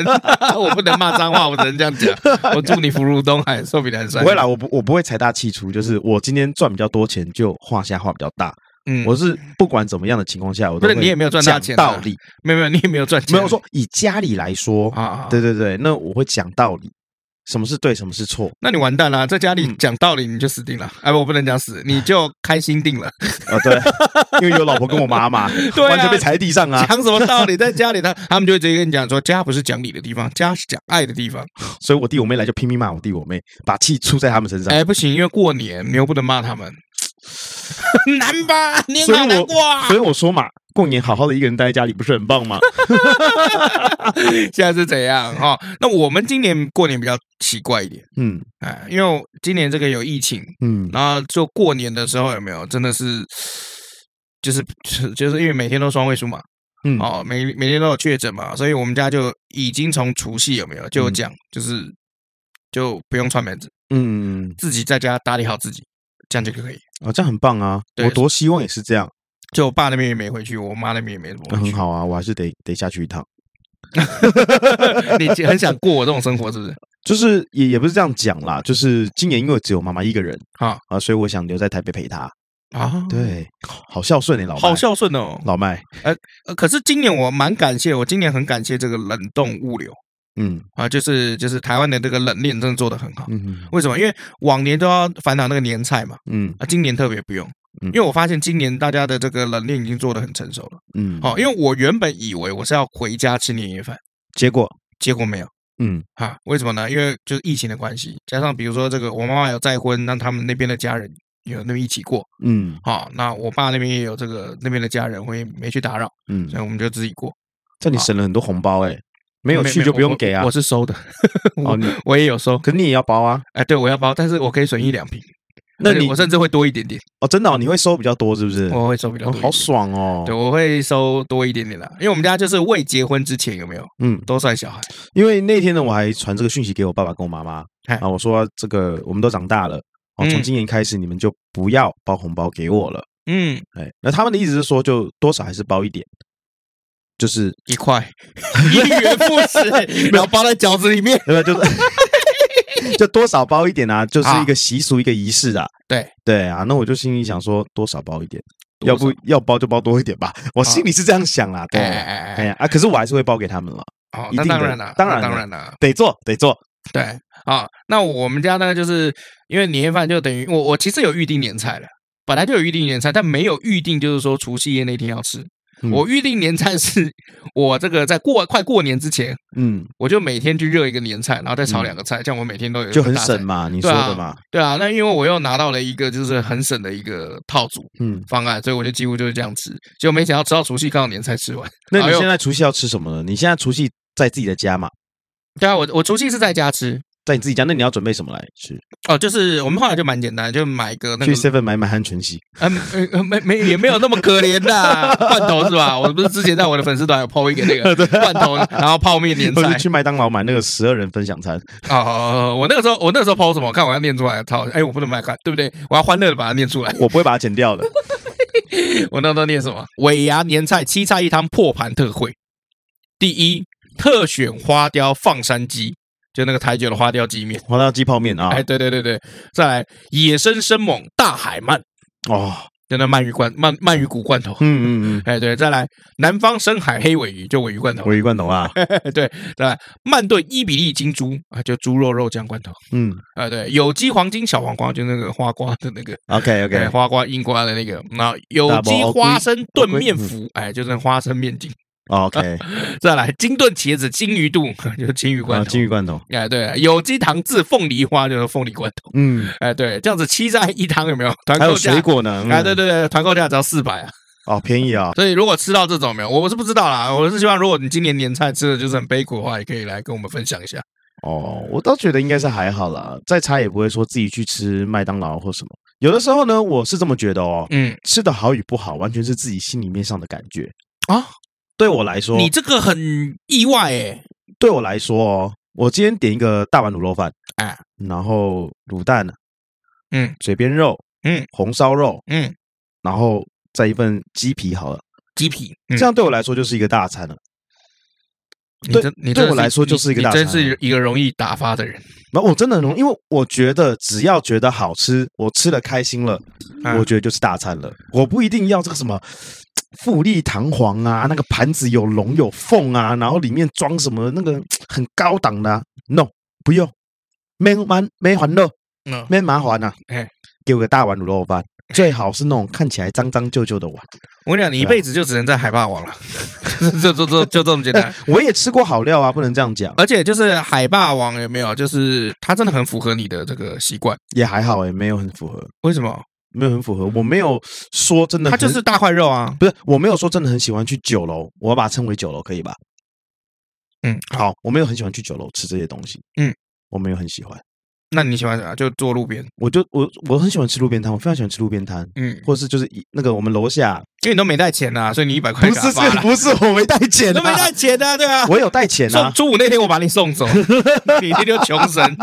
A: 我不能骂脏话，我只能这样讲。我祝你福如东海，寿比南
B: 不
A: 山。
B: 会啦，，我不我不会财大气粗，就是我今天赚比较多钱就画下画比较大。
A: 嗯，
B: 我是不管怎么样的情况下，我都
A: 不是
B: 会
A: 你也没有赚大钱啊
B: 讲道理
A: 没有没有，你也没有赚钱。
B: 没有我说以家里来说，
A: 啊，
B: 对对对，那我会讲道理，什么是对，什么是错
A: 那你完蛋了，在家
B: 嗯
A: 里讲道理你就死定了。哎，我不能讲死，你就开心定了。
B: 啊？ 对，因为有老婆跟我妈嘛，
A: 对啊
B: 完全被踩在地上啊，
A: 讲什么道理？在家里 他他们就会直接跟你讲说，家不是讲理的地方，家是讲爱的地方。
B: 所以我弟我妹来就拼命骂我弟我妹，把气出在他们身上。
A: 哎，不行，因为过年你又不能骂他们， 难吧？你
B: 所以
A: 好难
B: 我
A: 过啊。
B: 所以我说嘛，过年好好的一个人待在家里不是很棒吗？
A: 现在是怎样哈、那我们今年过年比较奇怪一点，
B: 嗯
A: 哎，因为今年这个有疫情，
B: 嗯，
A: 然后就过年的时候有没有真的是，就是就是因为每天都双位数嘛，
B: 嗯
A: 哦，每每天都有确诊嘛，所以我们家就已经从除夕有没有就有讲，就是就不用串门子，
B: 嗯，嗯嗯
A: 自己在家打理好自己，这样就可以。
B: 哦，这样很棒啊！
A: 对
B: 我多希望也是这样，
A: 就我爸那边也没回去，我妈那边也没怎么
B: 那
A: 回
B: 很
A: 去。
B: 好啊，我还是得得下去一趟。
A: 你很想过我这种生活是不 是？
B: 就是也也不是这样讲啦，就是今年因为只有妈妈一个人
A: 啊
B: 啊，所以我想留在台北陪她。
A: 啊，，
B: 对，好孝顺你欸老麦
A: 好孝顺哦。
B: 老麦，
A: 呃可是今年我蛮感谢，我今年很感谢这个冷冻物流
B: 嗯
A: 啊，就是就是台湾的这个冷链真的做得很好。
B: 嗯
A: 为什么？因为往年都要烦恼那个年菜嘛，
B: 嗯
A: 啊，今年特别不用，
B: 嗯
A: 因为我发现今年大家的这个冷链已经做得很成熟了。哦
B: 嗯，
A: 好、，因为我原本以为我是要回家吃年夜饭，
B: 结果
A: 结果没有
B: 嗯
A: 啊？为什么呢？因为就是疫情的关系，加上比如说这个我妈妈有再婚，那他们那边的家人有那边一起过
B: 嗯
A: 啊、那我爸那边也有这个那边的家人，我也没去打扰，
B: 嗯
A: 所，以我们就自己过。
B: 这你省了很多红包哎，没有去就不用给啊
A: 我我。是收的，
B: 哦，
A: 我
B: 你
A: 我也有收。
B: 可是你也要包啊？
A: 哎，对，我要包，但是我可以损一两瓶，
B: 那
A: 而且
B: 你
A: 我甚至会多一点点，
B: 哦，真的哦，你会收比较多是不是？
A: 我会收比较
B: 哦
A: 多一点点、
B: 好爽哦
A: 对，。我会收多一点点啦，因为我们家就是未结婚之前有没有
B: 嗯，
A: 都算小孩，
B: 因为那天呢，我还传这个讯息给我爸爸跟我妈妈
A: 嗨
B: 啊，我说这个我们都长大了，哦，从
A: 嗯
B: 今年开始你们就不要包红包给我了。
A: 嗯，
B: 哎，那他们的意思是说，就多少还是包一点，就是
A: 一块 一元复 始，然后包在饺子里面。
B: 对吧？呃就是 就多少包一点啊，就是
A: 啊
B: 一个习俗，一个仪式啊。
A: 对
B: 对啊，那我就心里想说，多少包一点，
A: 多
B: 要不
A: 少啊
B: 要包就包多一点吧。我心里是这样想啦，对。
A: 哎
B: 哎
A: 哎哎，
B: 呀啊！可是我还是会包给他们了，
A: 哦，
B: 一
A: 那
B: 定
A: 当
B: 的
A: 然了，
B: 当
A: 那
B: 然
A: 当
B: 了
A: 然了，
B: 得做得做。
A: 对啊。那我们家呢，就是因为年夜饭就等于我我其实有预定年菜了。本来就有预定年菜，但没有预定，就是说除夕夜那天要吃。
B: 嗯
A: 我预定年菜是我这个在过快过年之前，
B: 嗯，
A: 我就每天去热一个年菜，然后再炒
B: 嗯
A: 两个菜，这样我每天都有一
B: 就
A: 个
B: 很
A: 大菜
B: 省嘛，你
A: 对
B: 说
A: 啊
B: 的嘛。
A: 对啊，那因为我又拿到了一个就是很省的一个套组
B: 嗯，
A: 方案，所以我就几乎就是这样吃。结果没想到吃到除夕刚好年菜吃完。
B: 那
A: 哎
B: 你
A: 呦
B: 现在除夕要吃什么呢？你现在除夕在自己的家嘛，
A: 对啊，我我除夕是在家吃
B: 在你自己家，那你要准备什么来吃？
A: 哦，就是我们后来就蛮简单，就买个那
B: 去
A: 个
B: Seven 买买鹌鹑席。
A: 呃没呃没没也没有那么可怜的啊罐头是吧？我不是之前在我的粉丝团有 po 一个那个罐头，然后泡面年
B: 或者
A: 菜
B: 去麦当劳买那个十二人分享餐。
A: 哦，我那个时候我那个时候 po 什么？我看我要念出来，操！哎，我不能买看，对不对？我要欢乐的把它念出来。
B: 我不会把它剪掉 的。
A: 我那时候念什么？尾牙年菜七菜一汤破盘特惠，第一特选花雕放山鸡，就那个台酒的花雕鸡面。
B: 黄道鸡泡面啊
A: 哎，，对对对对，再来野生生猛大海鳗，
B: 哦，
A: 就那鳗鱼罐鳗鳗鱼骨罐头。
B: 嗯嗯
A: 哎，对，再来南方深海黑尾鱼，就尾鱼罐
B: 嗯，
A: 头。
B: 我一罐头啊，
A: 对，再来慢炖伊比利金猪啊，就猪肉肉酱罐头。
B: 嗯
A: 啊，对，有机黄金小黄瓜，就那个花瓜的那个
B: ，OK
A: 对，
B: OK，
A: 花瓜硬瓜的那个，那有机花生炖面
B: 嗯
A: 糊，哎，就是花生面筋。
B: 哦 OK，
A: 再来金炖茄子、金鱼肚， 就是金鱼罐
B: 啊，
A: 头。
B: 金鱼罐头，
A: 哎，对，有机糖制凤梨花就是凤梨罐头。
B: 嗯，
A: 哎，对，这样子七在一汤有没有？团
B: 还有
A: 购价
B: 水。果呢，嗯
A: 哎，对，对对，团购价只要四百啊，
B: 哦，便宜啊，
A: 所以如果吃到这种没有，我是不知道啦。我是希望，如果你今年年菜吃的就是很悲苦的话，也可以来跟我们分享一下。
B: 哦，我倒觉得应该是还好啦，再差也不会说自己去吃麦当劳或什么。有的时候呢，我是这么觉得哦，
A: 嗯，
B: 吃的好与不好，完全是自己心里面上的感觉
A: 啊。
B: 对我来说，
A: 你这个很意外哎，
B: 对我来说哦，我今天点一个大碗卤肉饭，
A: 哎，
B: 然后卤蛋，
A: 嗯，
B: 嘴边肉，
A: 嗯，
B: 红烧肉，
A: 嗯，
B: 然后再一份鸡皮好了，
A: 鸡皮，嗯
B: 这样对我来说就是一个大餐了。
A: 你
B: 对
A: 真你
B: 对
A: 真
B: 我来说就是一个
A: 你
B: 大啊
A: 真
B: 餐
A: 是一个容易打发的人。
B: 那我真的很容易，因为我觉得只要觉得好吃，我吃的开心了，
A: 啊
B: 我觉得就是大餐了。我不一定要这个什么富丽堂皇啊，那个盘子有龙有凤啊，然后里面装什么那个很高档的、啊、，no，不用，没完没还乐，
A: 嗯，
B: 没麻烦呐、
A: 哎
B: 给我个大碗卤肉饭，最好是那种看起来脏脏旧旧的碗。
A: 我跟你讲，你一辈子就只能在海 霸王了，就就就就这么简单。
B: 哎我也吃过好料啊，不能这样讲，
A: 而且就是海霸王有没有？就是它真的很符合你的这个习惯。
B: 也还好哎、没有很符合，
A: 为什么？
B: 没有很符合。我没有说真的
A: 它
B: 很，
A: 就是大块肉啊。
B: 不是，我没有说真的很喜欢去酒楼，我要把它称为酒楼，可以吧？
A: 嗯，
B: 好，我没有很喜欢去酒楼吃这些东西，
A: 嗯，
B: 我没有很喜欢，
A: 那你喜欢啥？就坐路边，
B: 我就我我很喜欢吃路边摊，我非常喜欢吃路边摊，
A: 嗯，
B: 或是就是一那个我们楼下
A: 因为你都没带钱啊，所以你一百块
B: 不
A: 给他
B: 是
A: 发
B: 是
A: 了
B: 不是我没带 钱、啊，
A: 都没带钱啊，对啊。
B: 我有带钱
A: 送
B: 啊，
A: 中午那天我把你送走， 你这就穷神，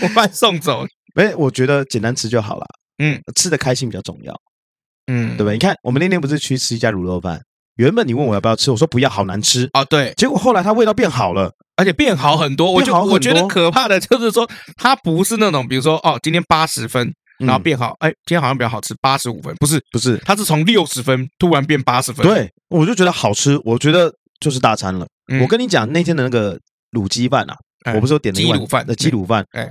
A: 我把你送走，
B: 没，哎我觉得简单吃就好了，
A: 嗯，
B: 吃的开心比较重要，
A: 嗯，
B: 对不对？你看我们那天不是去吃一家卤肉饭，原本你问我要不要吃，我说不要，好难吃，
A: 啊，对，
B: 结果后来它味道变好了，
A: 而且变好很多。我就
B: 变好很多
A: 我觉得可怕的就是说，它不是那种比如说哦，今天八十分，
B: 嗯
A: 然后变好，哎、今天好像比较好吃，八十五分，不是，
B: 不是？
A: 它是从六十分突然变八十分。，
B: 对，我就觉得好吃，我觉得就是大餐了。
A: 嗯
B: 我跟你讲，那天的那个卤鸡饭啊，
A: 哎
B: 我不是有点了一碗
A: 鸡卤饭
B: 呃鸡卤饭，
A: 哎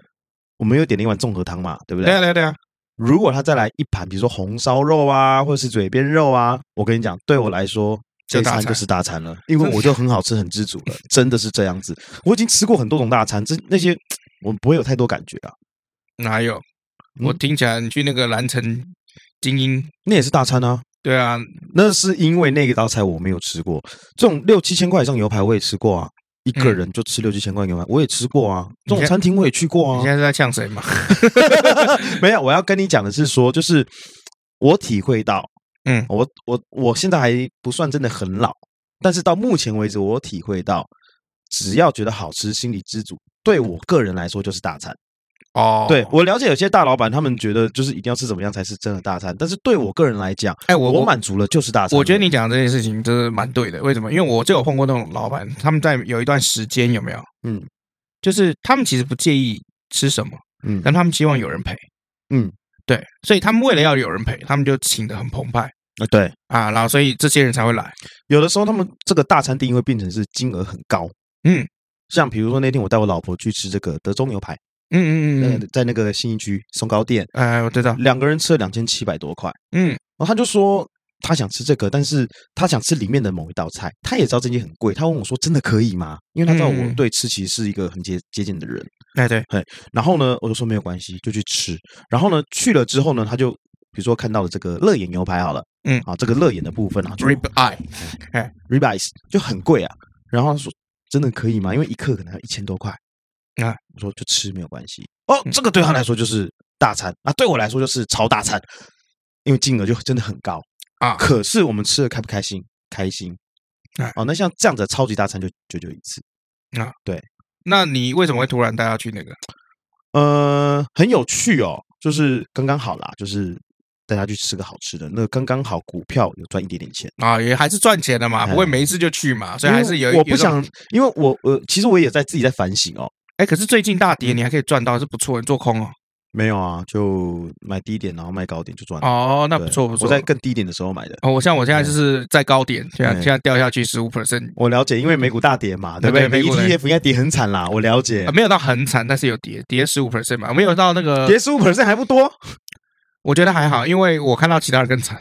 B: 我们又点了一碗综合汤嘛，对不
A: 对
B: 对？
A: 啊，对啊，对啊，
B: 如果他再来一盘，比如说红烧肉啊，或者是嘴边肉啊，我跟你讲，对我来说。这
A: 就
B: 一
A: 大
B: 餐就
A: 餐
B: 是大餐了，因为我就很好吃，很知足了，真的是这样子。我已经吃过很多种大餐，这那些我不会有太多感觉啊。
A: 哪有？
B: 嗯
A: 我听起来你去那个蓝城精英，
B: 那也是大餐啊，
A: 对啊，
B: 那是因为那个道菜我没有吃过，这种六七千块以上牛排我也吃过啊，一个
A: 嗯
B: 人就吃六七千块牛排，我也吃过啊，这种
A: 你看
B: 餐厅我也去过啊
A: 你现。在是在呛谁嘛？
B: 没有，我要跟你讲的是说，就是我体会到，
A: 嗯
B: 我我我现在还不算真的很老，但是到目前为止，我体会到，只要觉得好吃，心里知足，对我个人来说就是大餐。
A: 哦，
B: 对，我了解有些大老板，他们觉得就是一定要吃怎么样才是真的大餐，但是对我个人来讲，
A: 哎，我
B: 我满足了就是大餐了。
A: 我觉得你讲的这件事情真的蛮对的，为什么？因为我就有碰过那种老板，他们在有一段时间有没有？
B: 嗯，
A: 就是他们其实不介意吃什么，
B: 嗯
A: 但他们希望有人陪。
B: 嗯，
A: 对，所以他们为了要有人陪，他们就请的很澎湃
B: 啊对。
A: 啊，然后所以这些人才会来。
B: 有的时候他们这个大餐定义会变成是金额很高，
A: 嗯，
B: 像比如说那天我带我老婆去吃这个德州牛排，
A: 嗯嗯嗯
B: 呃，在那个信义区松糕店，
A: 哎、我知道，
B: 两个人吃了两千七百多块，
A: 嗯
B: 然后他就说他想吃这个，但是他想吃里面的某一道菜，他也知道这些很贵，他问我说真的可以吗？因为他知道
A: 嗯
B: 我对吃其实是一个很节节俭的人，
A: 哎对，
B: 然后呢，我就说没有关系，就去吃。然后呢，去了之后呢，他就比如说看到了这个乐眼牛排好了，
A: 嗯
B: 啊，这个乐眼的部分啊，就
A: rib eye，
B: ribeyes 就很贵啊。然后他说真的可以吗？因为一克可能要一千多块
A: 啊。嗯
B: 我说就吃没有关系。哦，这个对他来说就是大餐，那对我来说就是超大餐，因为金额就真的很高
A: 啊
B: 可是我们吃的开不开心？开心
A: 啊。
B: 哦，那像这样子的超级大餐就就就一次，
A: 那你为什么会突然带他去那个？
B: 呃，很有趣哦，就是刚刚好啦，就是带他去吃个好吃的，那刚刚好股票有赚一点点钱。
A: 啊，也还是赚钱的嘛，
B: 哎
A: 不会每一次就去嘛，所以
B: 因为
A: 还是有。
B: 我不
A: 有这种
B: 想，因为我呃，其实我也在自己在反省哦，
A: 哎，可是最近大
B: 嗯
A: 跌，你还可以赚到，是不错，你做空哦。
B: 没有啊，就买低点，然后卖高点就赚了。
A: 哦，那
B: 哎对
A: 不错不错。
B: 我在更低点的时候买的。
A: 哦，我像我现在就是在高点，现在
B: 嗯
A: 现在掉下去十五 percent，
B: 我了解，因为美股大跌嘛，对不对？
A: 对美
B: 美
A: 股大
B: ETF 应该跌很惨啦，我了解，
A: 呃没有到很惨，但是有跌跌十五 percent 嘛，没有到那个，
B: 跌十五 percent 还不多。
A: 我觉得还好，因为我看到其他人更惨，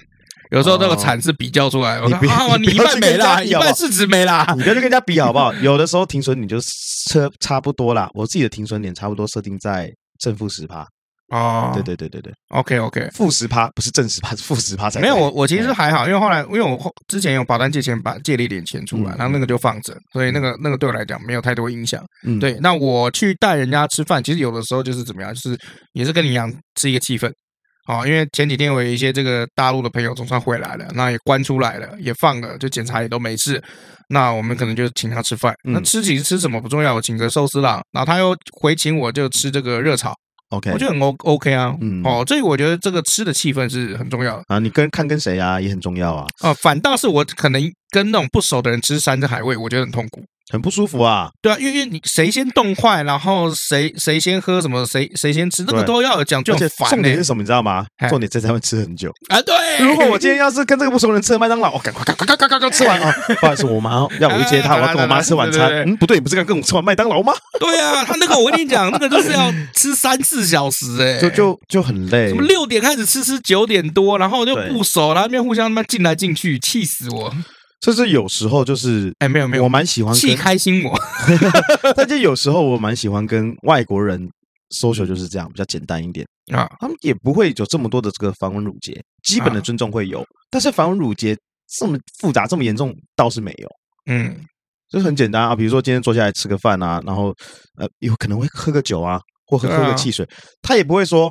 A: 有时候那个惨是比较出来，我
B: 哦你
A: 看
B: 不要
A: 啊，你
B: 你
A: 一
B: 不要
A: 半
B: 去
A: 没
B: 跟
A: 啦，
B: 人
A: 一
B: 家比好不
A: 半
B: 好
A: 市值没啦，
B: 啊你不要去跟人家比好不好？有的时候停损你就差差不多啦。我自己的停损点差不多设定在正负十趴。
A: 哦，
B: 对对对对对，
A: ，OK OK，
B: 负十趴不是正十趴，是负十趴才
A: 没有
B: 对
A: 我我其实还好，因为后来因为我后之前有保单借钱把借了一点钱出来，
B: 嗯
A: 然后那个就放着，所以那个那个对我来讲没有太多影响。
B: 嗯
A: 对，那我去带人家吃饭，其实有的时候就是怎么样，就是也是跟你一样是一个气氛。哦，因为前几天我有一些这个大陆的朋友总算回来了，那也关出来了，也放了，就检查也都没事。那我们可能就请他吃饭，
B: 嗯
A: 那吃其实吃什么不重要，我请个寿司郎，然后他又回请我就吃这个热炒，
B: OK
A: 我觉得很 O OK 啊。
B: 嗯
A: 哦，所以我觉得这个吃的气氛是很重要的。
B: 啊，你跟看跟谁啊也很重要啊，
A: 啊，反倒是我可能跟那种不熟的人吃山珍海味，我觉得很痛苦。
B: 很不舒服啊。
A: 对啊，因为因为你谁先冻坏，然后谁谁先喝什么，谁谁先吃，这个
B: 对
A: 都要有讲究，
B: 而
A: 很
B: 且
A: 烦
B: 重
A: 呢、
B: 点是什么，你知道吗
A: 哎？
B: 重点在他们吃很 久。
A: 啊，对，
B: 如果我今 天要是跟这个不熟的人吃了麦当劳，我赶快赶快赶快赶快吃完啊！不好意思，我妈要我去接她，我
A: 哎
B: 要跟我妈吃晚餐
A: 对对。对
B: 嗯，不对，你不是刚跟我吃完麦当劳吗？
A: 对啊，他那个我跟你讲，那个就是要吃三四小时哎、
B: 就就就很累
A: 什么。六点开始吃，吃九点多，然后就
B: 对
A: 不熟，然后那边互相他妈进来进去，气死我！
B: 就是有时候就是，
A: 哎没有没有
B: 我蛮喜欢
A: 气
B: 跟，
A: 开心我。
B: 但是有时候我蛮喜欢跟外国人 social 就是这样，比较简单一点
A: 啊。
B: 他们也不会有这么多的这个繁文缛节，基本的
A: 啊
B: 尊重会有，但是繁文缛节这么复杂、这么严重倒是没有。
A: 嗯
B: 就是很简单啊，比如说今天坐下来吃个饭啊，然后呃，有可能会喝个酒啊，或喝
A: 对
B: 喝
A: 啊
B: 个汽水，他也不会说，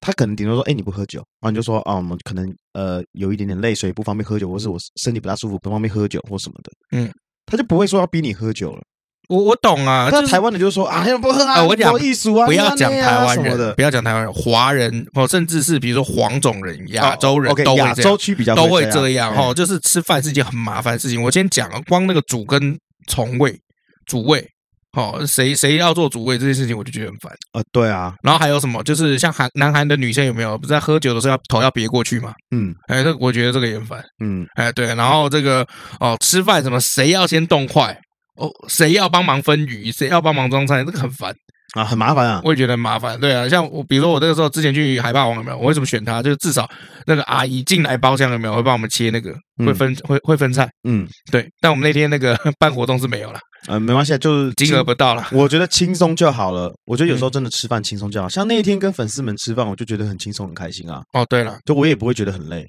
B: 他可能顶多说，哎，你不喝酒，然后你就说，啊，我们可能呃有一点点累，所以不方便喝酒，或是我身体不大舒服，不方便喝酒或什么的，
A: 嗯，
B: 他就不会说要逼你喝酒了。
A: 我我懂啊，
B: 但
A: 就是
B: 台湾的就说啊，要不喝啊，
A: 啊我讲
B: 多艺术啊，
A: 不要
B: 你
A: 讲
B: 啊那样啊
A: 台湾
B: 什么
A: 人，
B: 的，
A: 不要讲台湾人，华人哦，甚至是比如说黄种人、亚洲人
B: 哦，OK，
A: 都
B: 亚
A: 会这样
B: 洲，区比较
A: 都会
B: 会
A: 这样
B: 哦。
A: 哦，就是吃饭是一件很麻烦的事情。我先讲，光那个煮跟从味、主味，哦，谁谁要做主味这件事情，我就觉得很烦。
B: 呃，对啊，
A: 然后还有什么，就是像韩南韩的女生有没有，不是在喝酒的时候要头要别过去嘛？
B: 嗯
A: 哎，这我觉得这个也很烦。
B: 嗯，
A: 哎，对，然后这个哦，吃饭什么谁要先动筷，哦，谁要帮忙分鱼，谁要帮忙装菜，这个很烦，
B: 啊，很麻烦啊，
A: 我也觉得很麻烦。对啊，像我，比如说我那个时候之前去海霸王有没有，我为什么选它？就是至少那个阿姨进来包厢有没有会帮我们切那个，
B: 嗯
A: 会分会会分菜。
B: 嗯
A: 对，但我们那天那个 办活动是没有了，
B: 呃，没关系，啊，就是
A: 金额不到了。
B: 我觉得轻松就好了。我觉得有
A: 嗯
B: 时候真的吃饭轻松就好，像那一天跟粉丝们吃饭，我就觉得很轻松很开心啊，
A: 哦，对了
B: 就我也不会觉得很累。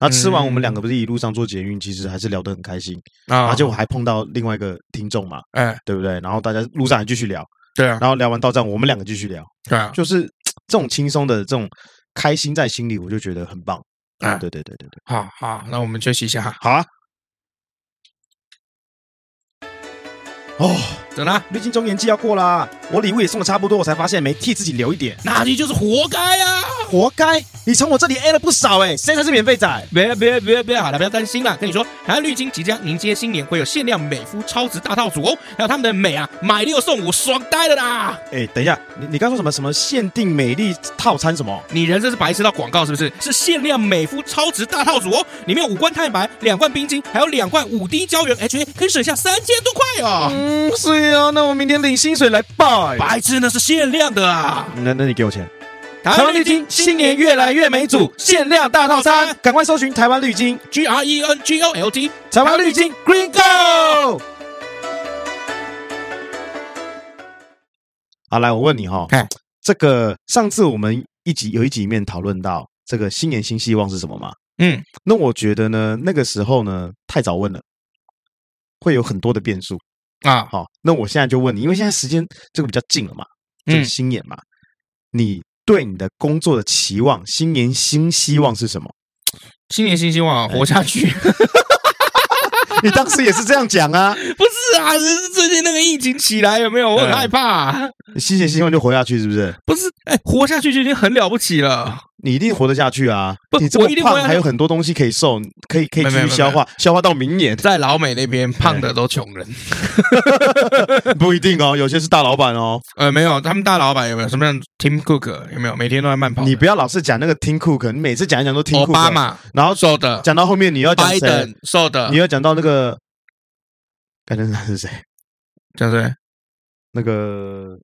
B: 那吃完，
A: 嗯
B: 我们两个不是一路上做捷运，其实还是聊得很开心。然
A: 啊，
B: 后结果还碰到另外一个听众嘛，
A: 哎，
B: 对不对？然后大家路上还继续聊，
A: 对啊，
B: 然后聊完到站，我们两个继续聊，
A: 对啊，
B: 就是嘖这种轻松的这种开心在心里，我就觉得很棒。
A: 哎
B: 对对对对对，
A: 好好，那我们休息一下哈。
B: 好啊。哦，
A: 怎啦？
B: 毕竟中年季要过啦，我礼物也送的差不多，我才发现没替自己留一点。
A: 那你就是活该啊！
B: 活该！你从我这里 A 了不少哎、谁才是免费仔？
A: 别别别别，好了，不要担心啦。跟你说，海岸绿金即将迎接新年，会有限量美肤超值大套组哦，还有他们的美啊，买六送五，爽呆了啦！
B: 哎、等一下，你你刚说什么什么限定美丽套餐什么？
A: 你人生是白痴到广告是不是？是限量美肤超值大套组哦，里面有五罐太白，两罐冰晶，还有两罐五滴胶原 HA，可以省下三千多块哦。
B: 嗯，是啊，那我明天领薪水来报、
A: 白痴那是限量的啊！
B: 那那你给我钱。啊
A: 台湾绿金新年越来越美组，限量大套餐
B: 赶快搜寻台湾绿金，
A: ，G R E N G O L T。
B: 台湾绿金 Green Go。好，来我问你哈、
A: 哎
B: 这个上次我们一集有一集里面讨论到这个新年新希望是什么嘛？
A: 嗯，
B: 那我觉得呢，那个时候呢太早问了，会有很多的变数。
A: 啊，
B: 好，那我现在就问你，因为现在时间这个比较近了嘛，
A: 嗯
B: 就是新年嘛，你对你的工作的期望，新年新希望是什么？
A: 新年新希望啊，活下去。
B: 你当时也是这样讲啊，
A: 不是啊，是最近那个疫情起来有没有？我很
B: 嗯
A: 害怕啊、
B: 新年新希望就活下去，是不是？
A: 不是，哎，活下去就已经很了不起了。
B: 你一定活得下去啊
A: 不！
B: 你这么
A: 我一定活
B: 胖，
A: 下去
B: 还有很多东西可以瘦，可以可以
A: 没
B: 继续
A: 有没有没有
B: 消化，消化到明 年
A: 在老美那边，胖的都穷人。
B: 不一定哦，有些是大老板哦。
A: 呃，没有，他们大老板有没有什么像 Tim Cook 有没有？每天都在慢跑的。
B: 你不要老是讲那个 Tim Cook，你每次讲一讲都 Tim
A: 奥巴
B: Cook，啊
A: 马
B: 然后
A: 瘦的，
B: 讲到后面你要讲
A: 拜
B: 谁？
A: 登瘦的
B: 你，要讲到那个，该讲是谁？
A: 叫谁？
B: 那个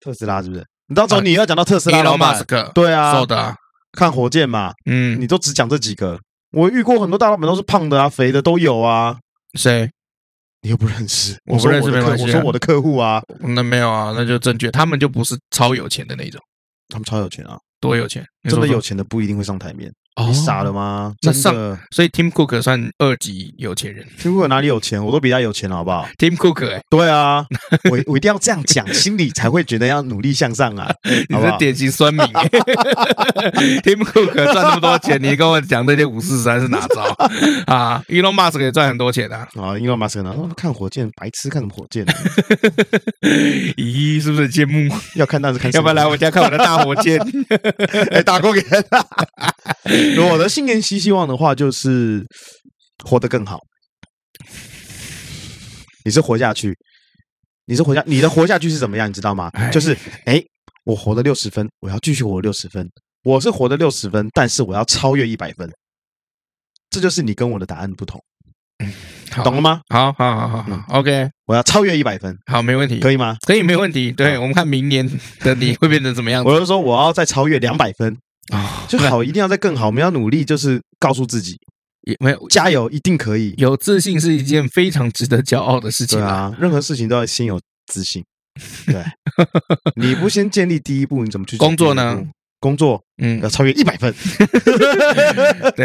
B: 特斯拉是不是？你到时候你要讲到特斯拉
A: 啊 Elon
B: 老板，
A: Musk
B: 对啊，
A: 瘦的啊，
B: 看火箭嘛，
A: 嗯，
B: 你都只讲这几个。我遇过很多大老板都是胖的啊，肥的都有啊，
A: 谁？
B: 你又不认识，
A: 我不认识
B: 我说我的
A: 没
B: 客
A: 关系啊
B: 我说我的客户啊，
A: 那没有啊，那就正确，他们就不是超有钱的那种，
B: 他们超有钱啊，
A: 多有钱，你
B: 真的
A: 说说
B: 有钱的不一定会上台面，
A: 哦
B: 你傻了？吗？
A: 那
B: 真的，
A: 所以 Tim Cook 算二级有钱人。
B: 听过哪里有钱，我都比他有钱，好不 好？
A: Tim Cook，哎，
B: 对啊，我我一定要这样讲，心里才会觉得要努力向上啊，
A: 你
B: 好不
A: 是
B: 好？
A: 典型酸民、欸、，Tim Cook 赚那么多钱，你跟我讲这些五四三是哪招啊？Elon Musk 也赚很多钱啊，
B: 啊，因为马斯克呢，哦看火箭，白痴看什么火箭啊？
A: 咦，是不是很羡慕？
B: 要看但是看什
A: 要
B: 么，
A: 不要来我家看我的大火箭？
B: 哎、打工给他。我的新年新希望的话，就是活得更好。你是活下去，你是活下，你的活下去是怎么样？你知道吗
A: 哎？
B: 就是哎、我活了六十分，我要继续活六十分。我是活的六十分，但是我要超越一百分。这就是你跟我的答案不同，
A: 好
B: 懂了吗？
A: 好好好好
B: 嗯
A: 好，OK，
B: 我要超越一百分，
A: 好，没问题，
B: 可以吗？
A: 可以，没问题。对
B: 好
A: 我们看明年的你会变成怎 么样子
B: 我就说我要再超越两百分，
A: 啊？
B: 哦就 好，一定要再更好。我们要努力，就是告诉自己
A: 也没有
B: 加油，一定可以。
A: 有自信是一件非常值得骄傲的事情
B: 对
A: 啊。
B: 啊，任何事情都要先有自 信。对，你不先建立第一步，你怎么去
A: 工作呢
B: 建立第一步？工作
A: 嗯
B: 要，超越一百分，
A: 对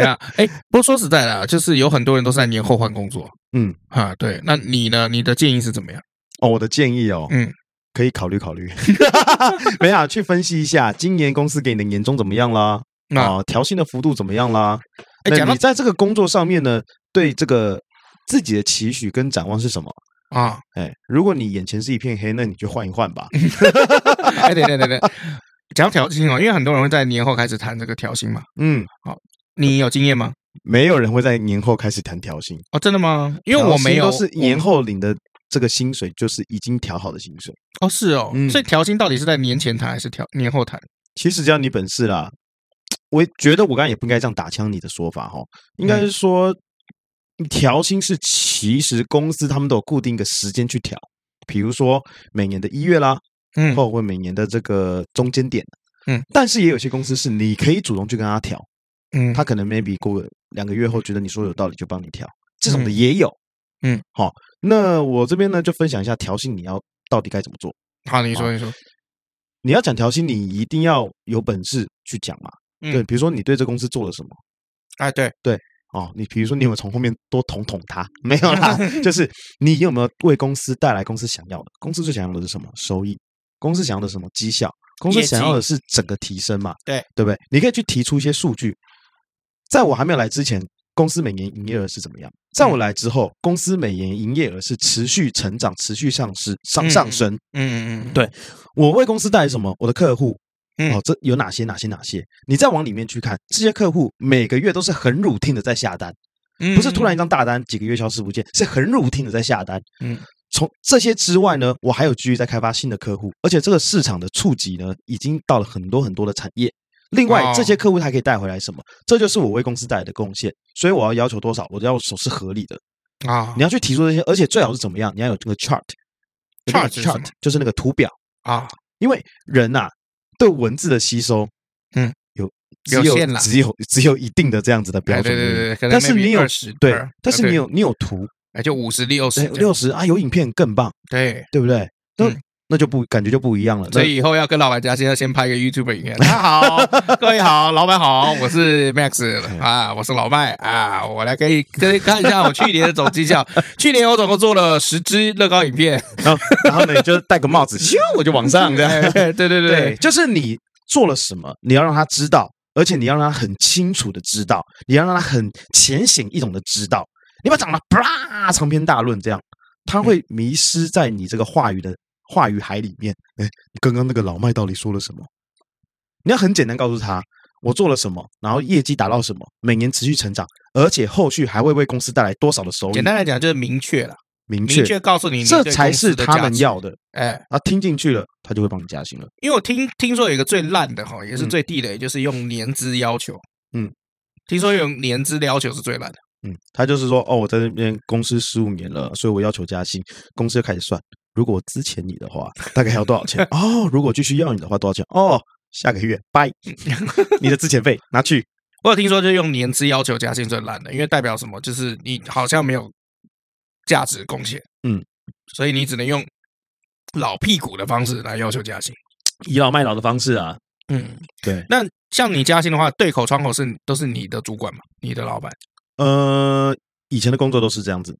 A: 啊，哎，不过说实在的啊，就是有很多人都是在年后换工作。
B: 嗯
A: 啊，对，那你呢？你的建议是怎么样？
B: 哦，我的建议哦，
A: 嗯，
B: 可以考虑 考虑。没啊，去分析一下今年公司给你的年终怎么样啦？
A: 那
B: 啊、调薪的幅度怎么样啦？
A: 哎，
B: 那
A: 讲
B: 你
A: 到
B: 在这个工作上面呢，对这个自己的期许跟展望是什么？
A: 啊，
B: 哎，如果你眼前是一片黑，那你就换一 换吧。
A: 哎，对对对对， 讲到调薪哦，因为很多人会在年后开始谈这个调薪嘛，
B: 嗯，
A: 你有经验吗？
B: 没有人会在年后开始谈调薪，
A: 哦，真的吗？因为我没有，哦
B: 调薪都是年后领的这个薪水，就是已经调好的薪水。
A: 哦，是哦，
B: 嗯
A: 所以调薪到底是在年前谈还是调年后谈？
B: 其实只要你本事啦，我觉得我刚才也不应该这样打枪你的说法哈，应
A: 嗯
B: 该是说调薪是其实公司他们都有固定一个时间去调，比如说每年的一月啦，
A: 嗯，
B: 或者每年的这个中间点。
A: 嗯，
B: 但是也有些公司是你可以主动去跟他调，
A: 嗯，
B: 他可能 maybe 过两个月后觉得你说有道理就帮你调，这种的也有。
A: 嗯，
B: 好、那我这边呢就分享一下调薪你要到底该怎么做。
A: 好，你说你说，
B: 你要讲调薪，你一定要有本事去讲嘛。
A: 嗯
B: 对，比如说你对这公司做了什么
A: 哎，对，
B: 哦，你比如说你有没有从后面多捅捅他？没有啦，就是你有没有为公司带来公司想要的？公司最想要的是什么？收益。公司想要的是什么？绩效。公司
A: 业绩
B: 想要的是整个提升嘛？
A: 对，
B: 对不对？你可以去提出一些数据。在我还没有来之前，公司每年营业额是怎么样？在
A: 嗯
B: 我来之后，公司每年营业额是持续成长、持续上升、上
A: 嗯
B: 上升。
A: 嗯嗯嗯，
B: 对我为公司带来什么？我的客户，
A: 嗯
B: 哦，这有哪些？哪些？哪些？你再往里面去看，这些客户每个月都是很 routine 的在下单，
A: 对
B: 不是突然一张大单几个月消失不见，是很 routine 的在下单。
A: 嗯，
B: 从这些之外呢，我还有继续在开发新的客户，而且这个市场的触及呢，已经到了很多很多的产业。另外
A: 哦，
B: 这些客户还可以带回来什么？这就是我为公司带来的贡献，所以我要要求多少？我的要求是合理的。
A: 啊
B: 你要去提出这些，而且最好是怎么样？你要有这个 chart，有那个
A: Chart 是什么
B: chart 就是那个图表。
A: 啊，
B: 因为人呐、对文字的吸收，
A: 嗯，
B: 有
A: 有
B: 只有
A: 限啦
B: 只有只有一定的这样子的标
A: 哎
B: 准而
A: 对
B: 已。
A: 对对，可能
B: 但是
A: maybe
B: 你有
A: 20
B: 对
A: 呃，
B: 但是
A: 对
B: 你有你有图，
A: 哎，就五十六十
B: 六十啊，有影片更棒，
A: 对，
B: 对不对？那、
A: 嗯
B: 那就不感觉就不一样了。
A: 所以以后要跟老板家现在先拍一个 YouTube 影片。大家好，各位好，老板好，我是 Max 啊，我是老麦啊，我来给跟看一下我去年的总绩效。去年我总共做了十支乐高影片，
B: 那然后然后呢，你就戴个帽子，咻，我就往上这
A: 哎
B: 样。
A: 对对对
B: 对，
A: 对，
B: 就是你做了什么，你要让他知道，而且你要让他很清楚的知道，你要让他很浅显易懂的知道。你把讲了，啪，长篇大论这样，
A: 嗯
B: 他会迷失在你这个话语的话语海里面。哎，刚刚那个老麦到底说了什么？你要很简单告诉他，我做了什么，然后业绩达到什么，每年持续成长，而且后续还会为公司带来多少的收益。
A: 简单来讲就是明确了，
B: 明
A: 明确告诉你你
B: 这
A: 对
B: 才
A: 公司
B: 是
A: 的
B: 他
A: 价
B: 们
A: 值。
B: 要的。
A: 哎，
B: 啊，听进去了，他就会帮你加薪了。
A: 因为我听听说有一个最烂的哈，也是
B: 嗯
A: 最地雷，就是用年资要求。
B: 嗯，
A: 听说用年资要求是最烂的。
B: 嗯，他就是说，哦，我在那边公司十五年了，所以我要求加薪。公司就开始算，如果我之前你的话，大概要多少 钱？哦，如果继续要你的话，多少钱？哦，下个月 拜，你的之前费拿去。
A: 我有听说，就是用年资要求加薪最烂的，因为代表什么？就是你好像没有价值贡献，
B: 嗯，
A: 所以你只能用老屁股的方式来要求加薪，
B: 倚老卖老的方式啊，
A: 嗯，
B: 对。
A: 那像你加薪的话，对口窗口是都是你的主管嘛，你的老板，
B: 呃，以前的工作都是这样子，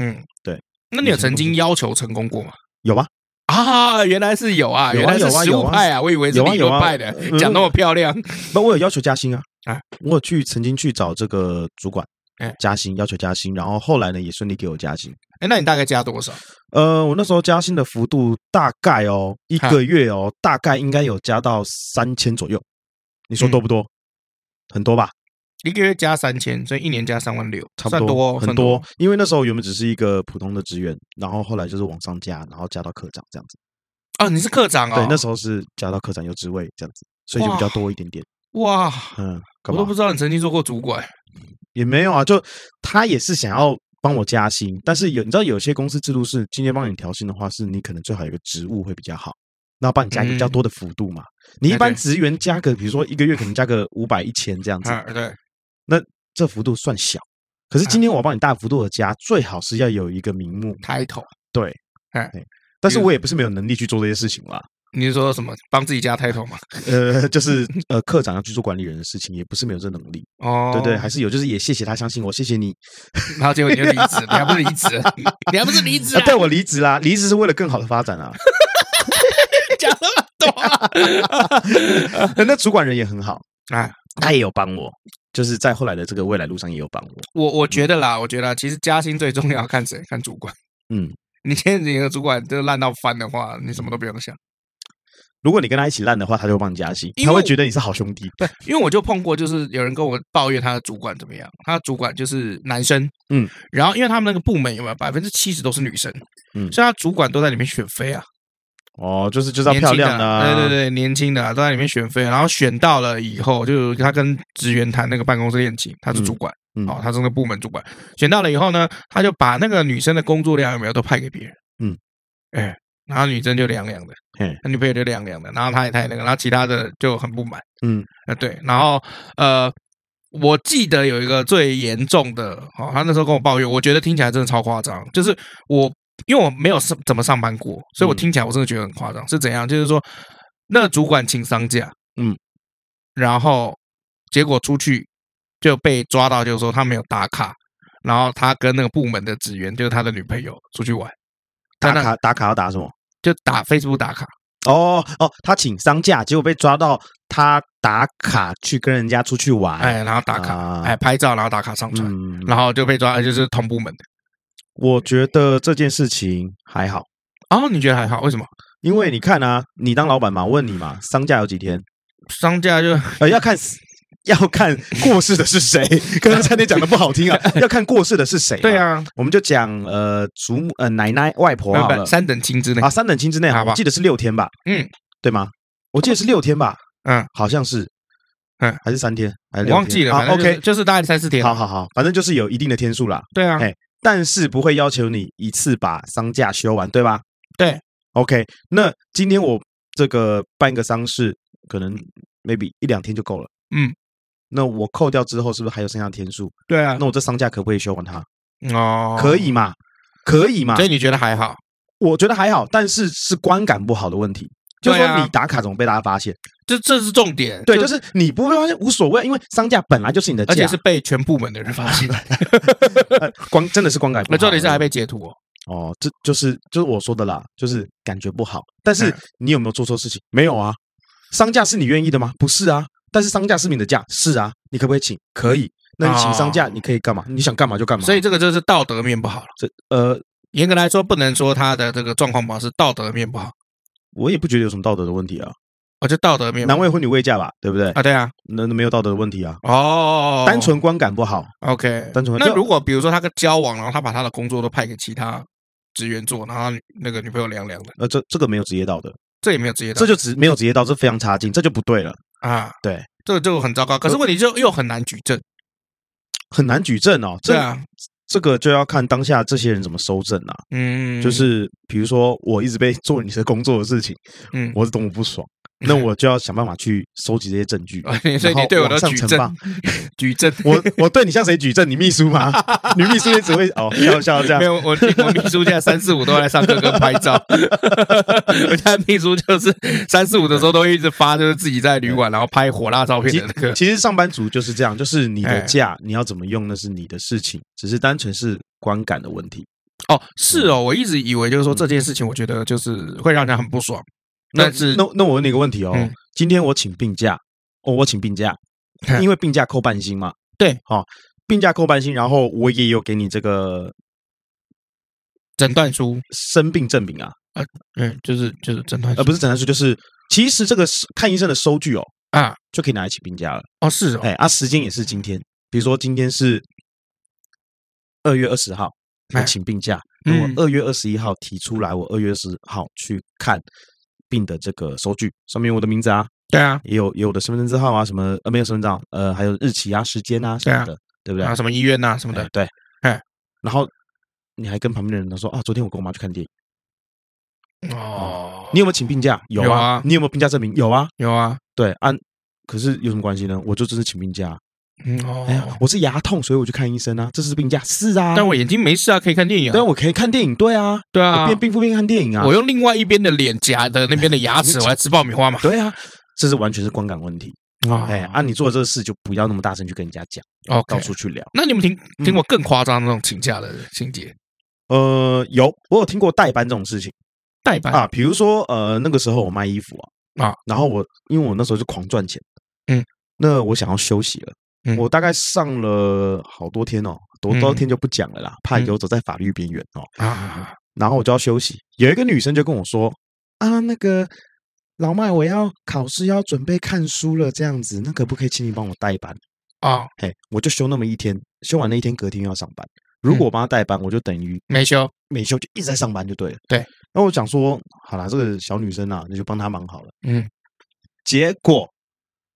A: 嗯，
B: 对。
A: 那你有曾经要求成功过吗？
B: 有吗？
A: 啊，原来是有啊，
B: 有啊
A: 原来是
B: 有啊
A: 实
B: 有
A: 物
B: 啊
A: 派啊，我以为是
B: 有啊
A: 理
B: 有
A: 论
B: 啊
A: 派的，
B: 呃
A: 讲那么漂亮，
B: 那我有要求加薪 啊，
A: 啊，
B: 我有去曾经去找这个主管
A: 哎
B: 加薪，要求加薪，然后后来呢也顺利给我加薪。
A: 哎，那你大概加多少？
B: 呃，我那时候加薪的幅度大概哦，一
A: 哈
B: 个月哦，大概应该有加到三千左右。你说多
A: 嗯
B: 不多？很多吧，
A: 一个月加三千，所以一年加三万六，
B: 差不
A: 算多哦，
B: 很
A: 算
B: 多。因为那时候原本只是一个普通的职员，然后后来就是往上加，然后加到科长这样子。
A: 哦。你是科长哦，
B: 对，那时候是加到科长有职位这样子，所以就比较
A: 哇
B: 多一点点。
A: 哇，
B: 嗯，干
A: 我都
B: 嘛
A: 不？知道你曾经做过主管。
B: 也没有啊，就他也是想要帮我加薪，但是有你知道有些公司制度是今天帮你调薪的话，是你可能最好有个职务会比较好，那帮你加一个比较多的幅度嘛。你一般
A: 对对
B: 职员加个，比如说一个月可能加个五百一千这样子，
A: 啊，对，
B: 这幅度算小。可是今天我帮你大幅度的加，最好是要有一个名目，
A: 抬头，
B: 对，
A: 哎
B: 哎，但是我也不是没有能力去做这些事情啦，
A: 你是说什么帮自己加抬头嘛？
B: 呃，就是呃，科长要去做管理人的事情，也不是没有这能力，
A: 哦，
B: 对对，还是有，就是也谢谢他相信我，谢谢你，
A: 然后结果你就 离职，你还不是离职，你还不是离职
B: 啊
A: 啊？
B: 对我离职啦，离职是为了更好的发展啊。
A: 讲那么啊 多
B: 那主管人也很好，
A: 啊！
B: 他也有帮我，就是在后来的这个未来路上也有帮我。
A: 我我觉得啦，我觉得啦其实加薪最重要看谁，看主管。
B: 嗯，
A: 你现在你的主管都烂到翻的话，你什么都不用想。
B: 如果你跟他一起烂的话，他就会帮你加薪，
A: 因为
B: 他会
A: 我
B: 觉得你是好兄弟。
A: 对，因为我就碰过，就是有人跟我抱怨他的主管怎么样，他的主管就是男生，
B: 嗯，
A: 然后因为他们那个部门有没有百分之七十都是女生，
B: 嗯
A: 所以他主管都在里面选妃啊，
B: 哦，就是就是要
A: 年
B: 漂
A: 轻的
B: 亮的
A: 啊，
B: 啊，
A: 对对对，年轻的啊、都在里面选妃，然后选到了以后，就他跟职员谈那个办公室恋情，他是主管，
B: 嗯
A: 哦，他是那个部门主管，选到了以后呢，他就把那个女生的工作量有没有都派给别人，
B: 嗯，
A: 哎，然后女生就凉凉的
B: 嘿，
A: 他女朋友就凉凉的，然后他也太那个，然后其他的就很不满。
B: 嗯
A: 呃，对，然后呃，我记得有一个最严重的，哦，他那时候跟我抱怨，我觉得听起来真的超夸张，就是我因为我没有上怎么上班过，所以我
B: 嗯
A: 听起来我真的觉得很夸张，是怎样？就是说，那主管请丧假，
B: 嗯，
A: 然后结果出去就被抓到，就是说他没有打卡，然后他跟那个部门的职员，就是他的女朋友出去玩，
B: 打
A: 他那
B: 卡打卡要打什么？
A: 就打 Facebook 打卡，
B: 哦哦，他请丧假，结果被抓到，他打卡去跟人家出去玩，
A: 哎，然后打卡，
B: 啊
A: 哎，拍照，然后打卡上传。
B: 嗯，
A: 然后就被抓，哎就是同部门的。
B: 我觉得这件事情还好，
A: 哦，你觉得还好？为什么？
B: 因为你看啊，你当老板嘛，问你嘛，丧假有几天？
A: 商家就
B: 呃，要看死要看过世的是谁，刚刚差点讲的不好听啊，要看过世的是谁。
A: 对，啊，
B: 我们就讲呃祖母呃奶奶外婆好
A: 不
B: 了
A: 不，三等亲之内
B: 啊，三等亲之内好
A: 好
B: 吧？
A: 吧
B: 我记得是六天吧？
A: 嗯，
B: 对吗？我记得是六天吧？
A: 嗯，
B: 好像是，
A: 嗯，
B: 还是三天，还是
A: 我
B: 六
A: 忘记
B: 天
A: 了，
B: 啊
A: 反正就是
B: OK，
A: 就是大概三四天。
B: 好好好，反正就是有一定的天数啦，
A: 对啊
B: 哎，但是不会要求你一次把丧假休完，对吧？
A: 对
B: ，OK，那今天我这个办一个丧事，可能 maybe 一两天就够了，
A: 嗯，
B: 那我扣掉之后，是不是还有剩下的天数？
A: 对啊
B: 那，我这丧假可不可以休完它？
A: 哦，
B: 可以嘛？可以嘛
A: 所？以你觉得还好？
B: 我觉得还好，但是是观感不好的问题。就是
A: 对
B: 说，
A: 啊
B: 你打卡总被大家发现，
A: 这这是重点。
B: 对，就是你不会发现无所谓，因为丧假本来就是你的假，
A: 而且是被全部门的 人发现。
B: 呃光真的是观感不
A: 那
B: 好。
A: 重点是还被截图哦。
B: 哦，这就是就是我说的啦，就是感觉不好。但是
A: 嗯
B: 你有没有做错事情？没有啊。丧假是你愿意的吗？不是啊。但是丧假是你的假，是啊。你可不可以请？可以。那你请丧假，
A: 哦
B: 你可以干嘛？你想干嘛就干嘛。
A: 所以这个就是道德面不好了。
B: 这呃，
A: 严格来说，不能说他的这个状况不好，是道德面不好。
B: 我也不觉得有什么道德的问题啊。
A: 哦，就道德面不
B: 男
A: 好
B: 未婚女未嫁吧，对不对？
A: 啊，对啊，
B: 那那没有道德的问题啊，
A: 哦，
B: 单纯观感不好。
A: OK，
B: 单纯
A: 那
B: 就
A: 如果比如说他跟交往，然后他把他的工作都派给其他职员做，然后他女那个女朋友凉凉的，
B: 呃，这这个没有职业道德，
A: 这也没有职业道
B: 这
A: 德，
B: 就只没有职业道德，这非常差劲，这就不对了，
A: 啊，
B: 对，
A: 这个就很糟糕。
B: 呃
A: 可是问题就又很难举证，
B: 很难举证哦。这
A: 对啊，
B: 这个就要看当下这些人怎么收证啊。
A: 嗯，
B: 就是比如说，我一直被做你的工作的事情，
A: 嗯，。
B: 我是多么不爽，那我就要想办法去收集这些证据
A: 所
B: 然
A: 以
B: 后
A: 你对我
B: 往
A: 的
B: 上
A: 举
B: 呈
A: 证
B: 报，
A: 举证，
B: 我我对你向谁举证？你秘书 吗？女秘书也只会哦笑笑这
A: 没
B: 样。
A: 有，我我秘书现在三四五都在上课跟拍照， 我现在秘书就是三四五的时候都一直发，就是自己在旅馆然后拍火辣照片
B: 其
A: 的那个，
B: 其实上班族就是这样，就是你的
A: 哎
B: 假你要怎么用那是你的事情，只是单纯是观感的问题。
A: 哦，是哦，我一直以为就是说这件事情，我觉得就是会让人很不爽，
B: 那
A: 但是
B: 那那我问你一个问题哦
A: 嗯，
B: 今天我请病假，哦，我请病 假，
A: 嗯
B: 因为病假扣半薪嘛。
A: 对，
B: 好，病假扣半薪，然后我也有给你这个
A: 诊断书
B: 生病证明啊，
A: 嗯，就是就是诊断
B: 呃，
A: 书
B: 不是诊断书，就是其实这个是看医生的收据哦，
A: 啊，
B: 就可以拿来请病假了。
A: 哦是哦，
B: 哎，啊，时间也是今天，比如说今天是二月二十号，我
A: 哎
B: 请病假，那
A: 嗯
B: 我二月二十一号提出来，我二月二十号去看病的这个收据，上面有我的名字啊，
A: 对啊，
B: 也有也有我的身份证字号啊，什么呃没有身份证号，呃还有日期啊、时间啊什么的，对不对
A: 然后？什么医院呐、什么
B: 哎
A: 的，
B: 对，
A: 哎，
B: 然后你还跟旁边的人说啊，昨天我跟我妈去看电影，哎
A: 哦，
B: 你有没有请病假？有
A: 有
B: 啊
A: 啊，
B: 你有没有病假证明？有啊，
A: 有啊，
B: 对啊，可是有什么关系呢？我就只是请病假啊，
A: 嗯
B: 哎呀
A: 哦，，
B: 我是牙痛，所以我去看医生啊，这是病假，是啊，
A: 但我眼睛没事啊，可以看电影
B: 对啊，
A: 啊，
B: 我可以看电影，对啊，
A: 对
B: 我
A: 啊，
B: 变病夫病看电影啊，
A: 我用另外一边的脸夹的那边的 牙齿，我来吃爆米花嘛，
B: 对啊，这是完全是观感问题，
A: 啊
B: 哎，啊，你做这个事就不要那么大声去跟人家讲，
A: ，OK
B: 到。处去聊。
A: 那你们听听过更夸张的那种请假的情节？
B: 呃，有我有听过代班这种事情，
A: 代班
B: 啊，比如说呃，那个时候我卖衣服啊
A: 哎啊，
B: 然后我因为我那时候就狂赚钱，
A: 嗯，
B: 那我想要休息了，
A: 嗯
B: 我大概上了好多天哦，多多天就不讲了啦，怕
A: 嗯
B: 游走在法律边缘哦，
A: 啊，
B: 然后我就要休息。有一个女生就跟我说啊，那个老麦，我要考试要准备看书了，这样子，那可不可以请你帮我代班？
A: 哦，
B: 嘿，我就休那么一天，休完那一天，隔天又要上班。如果我帮他代班，我就等于
A: 没修，
B: 每休就一直在上班就对了。
A: 对，
B: 然后我想说，好啦，这个小女生啊，那就帮她忙好了。
A: 嗯，
B: 结果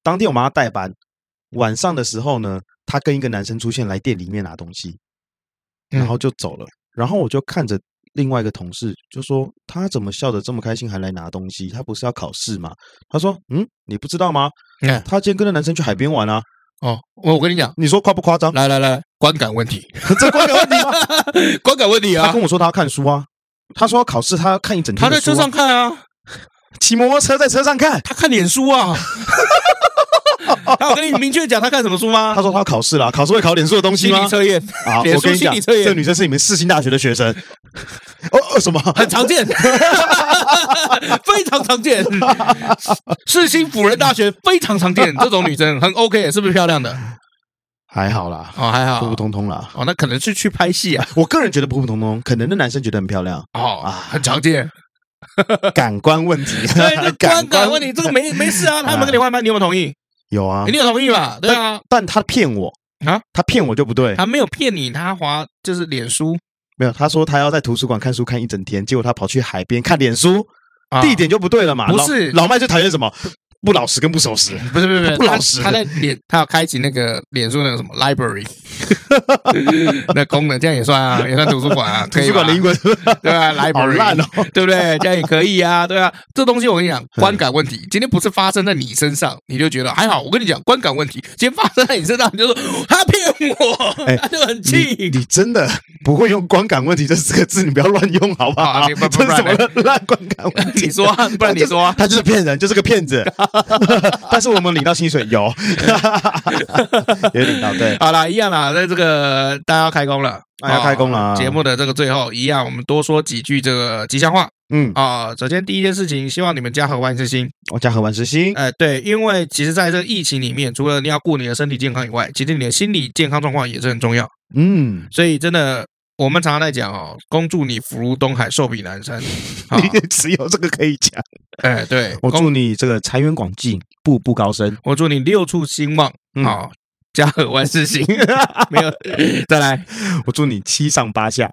B: 当天我帮她代班，晚上的时候呢，她跟一个男生出现来店里面拿东西，
A: 嗯
B: 然后就走了。然后我就看着另外一个同事，就说他怎么笑得这么开心，还来拿东西？他不是要考试吗？他说，嗯，你不知道吗？
A: 嗯
B: 他今天跟那男生去海边玩啊。
A: 哦，我我跟你讲，
B: 你说夸不夸张？
A: 来来来，观感问题，
B: 这关键问题吗？
A: 观感问题
B: 他
A: 啊
B: 跟，我说他要看书啊，他说要考试，他要看一整天、
A: 他在车上，看啊，
B: 骑摩托车在车上看。
A: 他看脸 书啊，他有跟你明确讲他看什么书吗？
B: 他说他要考试啦，考试会考脸书的东西
A: 啊心
B: 吗
A: 理？测验
B: 啊，
A: 脸
B: 我
A: 书
B: 跟你
A: 心
B: 讲，
A: 理测
B: 这
A: 验
B: 女生是你们世新大学的学 生。哦，哦什么？
A: 很常见， 非常常见，世新辅仁大学非常常见，这种女生很 OK，是不是漂亮的？
B: 还好啦，
A: 哦，还好，
B: 普普通通啦。
A: 哦，那可能是去拍戏啊，
B: 我个人觉得普普通通，可能那男生觉得很漂 亮，
A: 哦
B: 啊
A: 很 常见。
B: 感官问题
A: 对，这。观感问
B: 题
A: 题，这个没没事 啊，他们跟你换班，你有没有同意？
B: 有啊
A: 诶，你有同意吧？对啊，
B: 但他骗我
A: 啊，
B: 他骗我就不对。
A: 他没有骗你，他划就是脸书
B: 没有，他说他要在图书馆看书看一整天，结果他跑去海边看脸书，
A: 啊
B: 地点就不对了嘛。
A: 不
B: 老
A: 是
B: 老麦最讨厌什么？不老实跟不守时。
A: 不是不是不是
B: 不老实
A: 他他在脸他要开启那个脸书那个什么 library 那功能，这样也算啊，也算图书馆啊，
B: 图
A: 可以
B: 书馆的英
A: 吧
B: 文
A: 对啊
B: 好
A: ，library
B: 烂哦。
A: 对不对？这样也可以啊，对啊，这东西我跟你讲，观感问题，今天不是发生在你身上，你就觉得还好。我跟你讲，观感问题，今天发生在你身上，你就说他骗我，
B: 哎
A: 他就很
B: 你
A: 气。
B: 你真的不会用“观感问题”这四个字，你不要乱用，好不
A: 好
B: 好？
A: 啊你 不
B: 这
A: 不
B: 是什
A: 不然
B: 么烂观感问题？
A: 你说啊，不然你说啊，
B: 他就是骗人，就是个骗 子。但是我们领到薪水有，也领到对。
A: 好啦，一样啦，在这个大家要开工了，
B: 啊要开工了啊
A: 哦节目的这个最后一样，我们多说几句这个吉祥话
B: 嗯，
A: 啊、首先第一件事情，希望你们家和万事兴。
B: 我家和完实心，
A: 哎、对，因为其实在这个疫情里面，除了你要顾你的身体健康以外，其实你的心理健康状况也是很重要。
B: 嗯，
A: 所以真的，我们常常在讲哦，恭祝你福如东海，寿比南 山。啊，
B: 你只有这个可以讲。
A: 哎，对，
B: 我
A: 恭
B: 祝你这个财源广进，步步高升。
A: 我祝你六畜兴旺
B: 嗯
A: 啊，家和万 事兴。没有， 再来，
B: 我祝你七上八 下，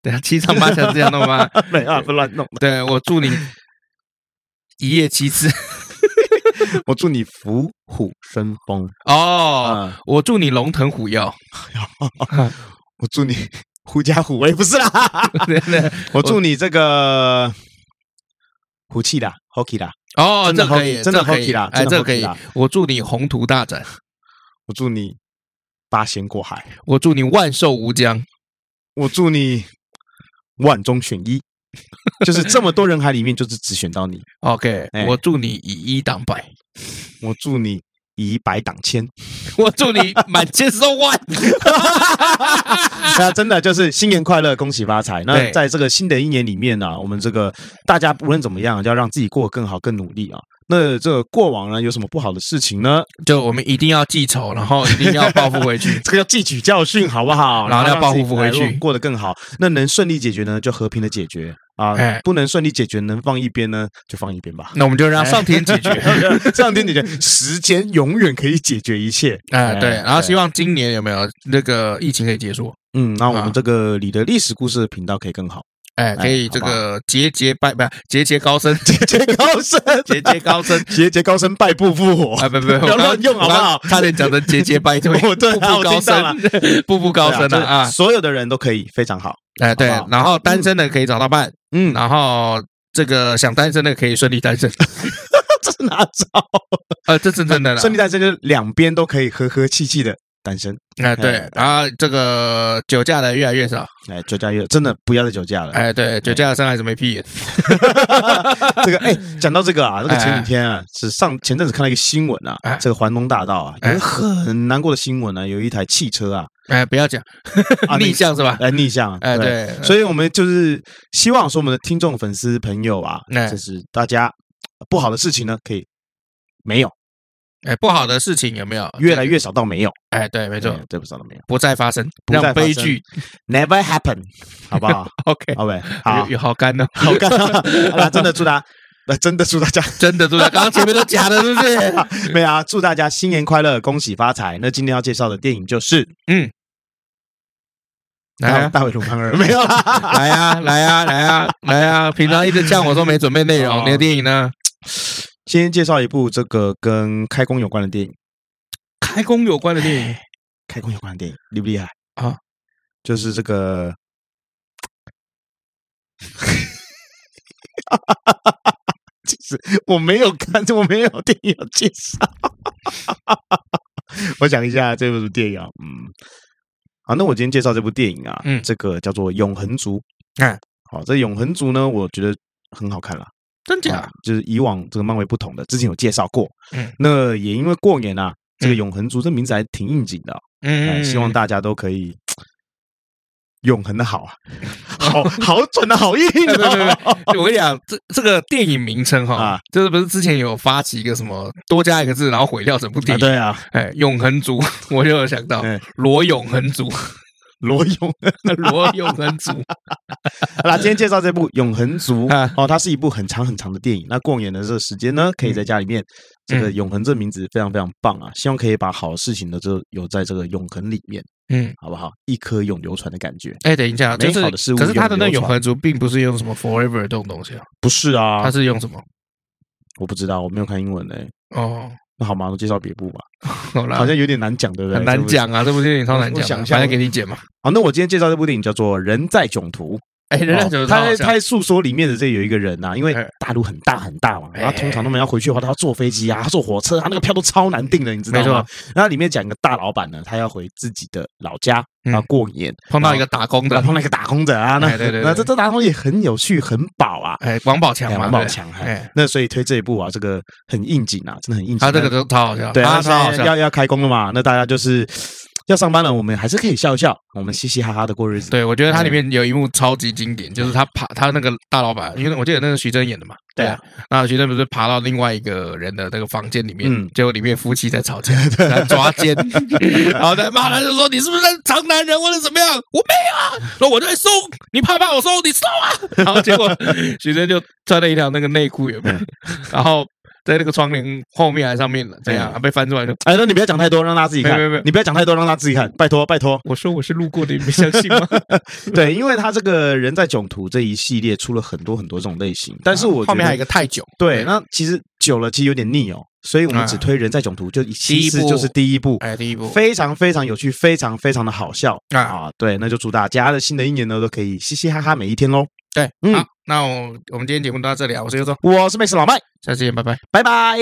A: 等下七上八下是这样弄吗？
B: 没啊，不乱弄。
A: 对我祝你一夜七次
B: 我祝你虎虎生风
A: 哦，
B: 啊！
A: 我祝你龙腾 虎跃，
B: 我祝你 狐假虎威，不是啦。
A: 对不对
B: 我祝你这个虎气啦，hockey 啦，
A: 哦，
B: 真
A: 这
B: 的
A: 可以，
B: 好真的
A: 这可
B: 好
A: 以
B: 奇啦
A: 哎，
B: 真的
A: 这
B: 好
A: 可
B: 奇
A: 以
B: 啦，
A: 我祝你宏图大展，
B: 我祝你八仙过海，
A: 我祝你万寿无疆。
B: 我祝你万中选一，就是这么多人海里面，就是只选到你。
A: OK，
B: 哎
A: 我祝你以一挡百，
B: 我祝你以百挡千，
A: 我祝你满千收万。
B: 那真的就是新年快乐，恭喜发财。那
A: 对
B: 在这个新的一年里面呢、啊我们这个大家无论怎么样，要让自己过得更好、更努力啊。那这个过往呢，有什么不好的事情呢？
A: 就我们一定要记仇，然后一定要报复回
B: 。
A: 去
B: 这个要汲取教训，好不 好？
A: 然后要
B: 让
A: 报
B: 自己
A: 复回去
B: 来路过得更好。那能顺利解决呢，就和平的解决啊
A: 哎；
B: 不能顺利解决，能放一边呢，就放一边 吧。
A: 那我们就让上天解 决。
B: 这两天解决，时间永远可以解决一切。
A: 哎，对，然后希
B: 望，
A: 望今年有没有那个疫情可以结束？
B: 嗯，那我
A: 啊
B: 们这个你的历史故事频道可以 更好，
A: 哎，可以
B: 哎
A: 这
B: 好吧
A: 个节节拜拜，节节高升，
B: 节 节高升，
A: 节节高 升。
B: 节节高升，败部复 活。
A: 啊，不不，不
B: 不要乱用好不好
A: 差点讲成节节 败退，
B: 哦对啊
A: 步步高
B: 我听到
A: 升， 步步高升
B: 对
A: 了
B: 啊就
A: 啊
B: 是！所有的人都可以非常好。
A: 哎，对
B: 好不，好
A: 然后单身的可以找到伴，
B: 嗯，
A: 然后这个想单身的可以顺利单 身，
B: 这是哪招？
A: 呃，这是真的啦。
B: 顺利单身就是两边都可以和和气气的单身。
A: 哎，对
B: 哎，
A: 然后这个酒驾的越来越少，
B: 哎，酒驾越真的不要再酒驾了。
A: 哎，对，酒驾的伤害是没屁眼。
B: 这个 哎，讲到这个啊，这个前
A: 嗯哎
B: 几天啊，是上前阵子看到一个新闻啊
A: 哎，
B: 这个环东大道啊，有一个很难过的新闻啊，有一台汽车啊，
A: 哎，不要讲
B: 啊
A: 逆向是吧？
B: 呃，逆向，
A: 哎，，对，
B: 所以我们就是希望说我们的听众、粉丝、朋友啊，
A: 哎
B: 就是大家呃不好的事情呢，可以没有，
A: 哎，不好的事情有没有
B: 越来越少到没有，
A: 哎，对，没错
B: 哎，，对不少到没有
A: 不再发生，
B: 不再
A: 让
B: 发生
A: 悲剧。
B: ，Never happen，好不 好
A: OK，
B: ？OK，好
A: 有，有好干哦，
B: 好 干啊，那真的祝大家， 那真的祝大家
A: 真的，对不对？刚刚前面都假的，是不是？
B: 没有啊，祝大家新年快乐，恭喜发财。那今天要介绍的电影就是
A: 来
B: 大《
A: 啊，
B: 大卫·鲁康二》，没有啦。
A: 来啊，来啊，来啊，来啊！平常一直呛我说没准备内容，
B: 哦
A: 你的电影呢？
B: 今天介绍一部这个跟开工有关的电影，
A: 开工有关的电影，
B: 开工有关的电影厉不厉害
A: 啊？
B: 就是这个。 其实我没有看，我没有电影要介绍。我想一下这部电影啊，嗯，好，那我今天介绍这部电影啊，
A: 嗯
B: 这个叫做《永恒族》。
A: 嗯，
B: 好，这《永恒族》呢，我觉得很好看啦。
A: 真
B: 啊
A: 假？
B: 就是以往这个漫威不同的，之前有介绍过。
A: 嗯
B: 那也因为过年啊，这个
A: 嗯
B: 永恒族这名字还挺应景的哦、哎
A: 嗯，
B: 希望大家都可以永恒的好 啊，好好准的好硬
A: 对对对
B: 哦。
A: 嗯 我跟你讲，这这个电影名称哈
B: 啊，
A: 就是不是之前有发起一个什么多加一个字，然后毁掉整部
B: 啊
A: 电影？
B: 对 啊，
A: 哎，永恒族，我就有想到
B: 嗯
A: 罗永恒族，
B: 罗永。
A: 罗永 恒族，
B: 好啦，今天介绍这部《永恒族
A: 啊》
B: 哦，它是一部很长很长的电影。那过年的这个时间呢，可以在家里面，这个“
A: 嗯
B: 永恒”这名字非常非常棒啊！希望可以把好事情的这有在这个永恒里面，
A: 嗯。
B: 好不好？一颗永流传的感觉。
A: 哎，等一下，就
B: 美好的
A: 是
B: 事物
A: 可是他的那
B: 永流
A: 永
B: 传
A: 恒族并不是用什么 forever 这种东西啊，
B: 不是
A: 他
B: 啊，
A: 是用什么？
B: 我不知道，我没有看英文欸嘞、
A: 哦，
B: 那好嘛，我介绍别部吧，
A: 好啦，
B: 好像有点难讲，对不对？
A: 很难讲啊，这部电影超难
B: 我
A: 讲
B: 想
A: 的，
B: 一下
A: 反正给你剪嘛。
B: 好，那我今天介绍这部电影叫做《人在囧途》。
A: 哎，人家怎么
B: 哦他在他在诉说里面的这有一个人呐、啊，因为
A: 哎
B: 大陆很大很大嘛，
A: 哎
B: 然后通常他们要回去的话，他要坐飞机啊，他坐火车啊，那个票都超难订的，你知道
A: 没错
B: 吗？然后里面讲一个大老板呢，他要回自己的老家
A: 嗯
B: 啊过年，
A: 碰到一个打工
B: 然
A: 的
B: 后，碰到一个打工者啊，那
A: 哎对对对
B: 那这这打工也很有趣，很饱啊，
A: 哎，王宝强
B: 哎
A: 嘛，
B: 王宝
A: 对
B: 强，哎
A: 哎，
B: 那所以推这一部啊，这个很应景啊，真的很应景。
A: 他这
B: 那
A: 个都超好笑，
B: 对，
A: 他
B: 那
A: 超好
B: 现在
A: 笑。
B: 要要开工了嘛，那大家就是要上班了，我们还是可以笑一笑，我们嘻嘻哈哈的过日子。
A: 对，我觉得它里面有一幕超级经典，就是他爬他那个大老板，因为我记得那是徐峥演的嘛。
B: 嗯对啊，
A: 那徐峥不是爬到另外一个人的那个房间里面
B: 嗯，
A: 结果里面夫妻在吵 架，然后抓奸，然后在骂他，就说你是不是长男人或者怎么样？我没有啊，说我就会收，你怕不怕我收？你收啊！ 然后结果徐峥就穿了一条那个内裤，有没有？
B: 嗯
A: 然后在那个窗帘后面还上面了，这样啊
B: 嗯
A: 被翻出来就
B: 哎，那你不要讲太多，让他自己看
A: 没有没有没有。。
B: 你不要讲太多，让他自己看，拜托拜托
A: 我说我是路过的，你们相信吗？
B: 对，因为他这个人在囧途这一系列出了很多很多这种类型， 但是我
A: 啊后面还有一
B: 个
A: 个太久，
B: 对，那其实久了其实有点腻哦，所以我们只推人在囧途，就其实
A: 哎第一部
B: 就是第一部。
A: 哎，第一部
B: 非常非常有趣，非常非常的好笑
A: 啊，
B: 啊！对，那就祝大家的新的一年呢都可以嘻嘻哈哈每一天喽！
A: 对，
B: 嗯
A: 好，那我我们今天节目到这里啊，我是优总，
B: 我是妹是老麦，
A: 下次见，拜拜。
B: 拜拜。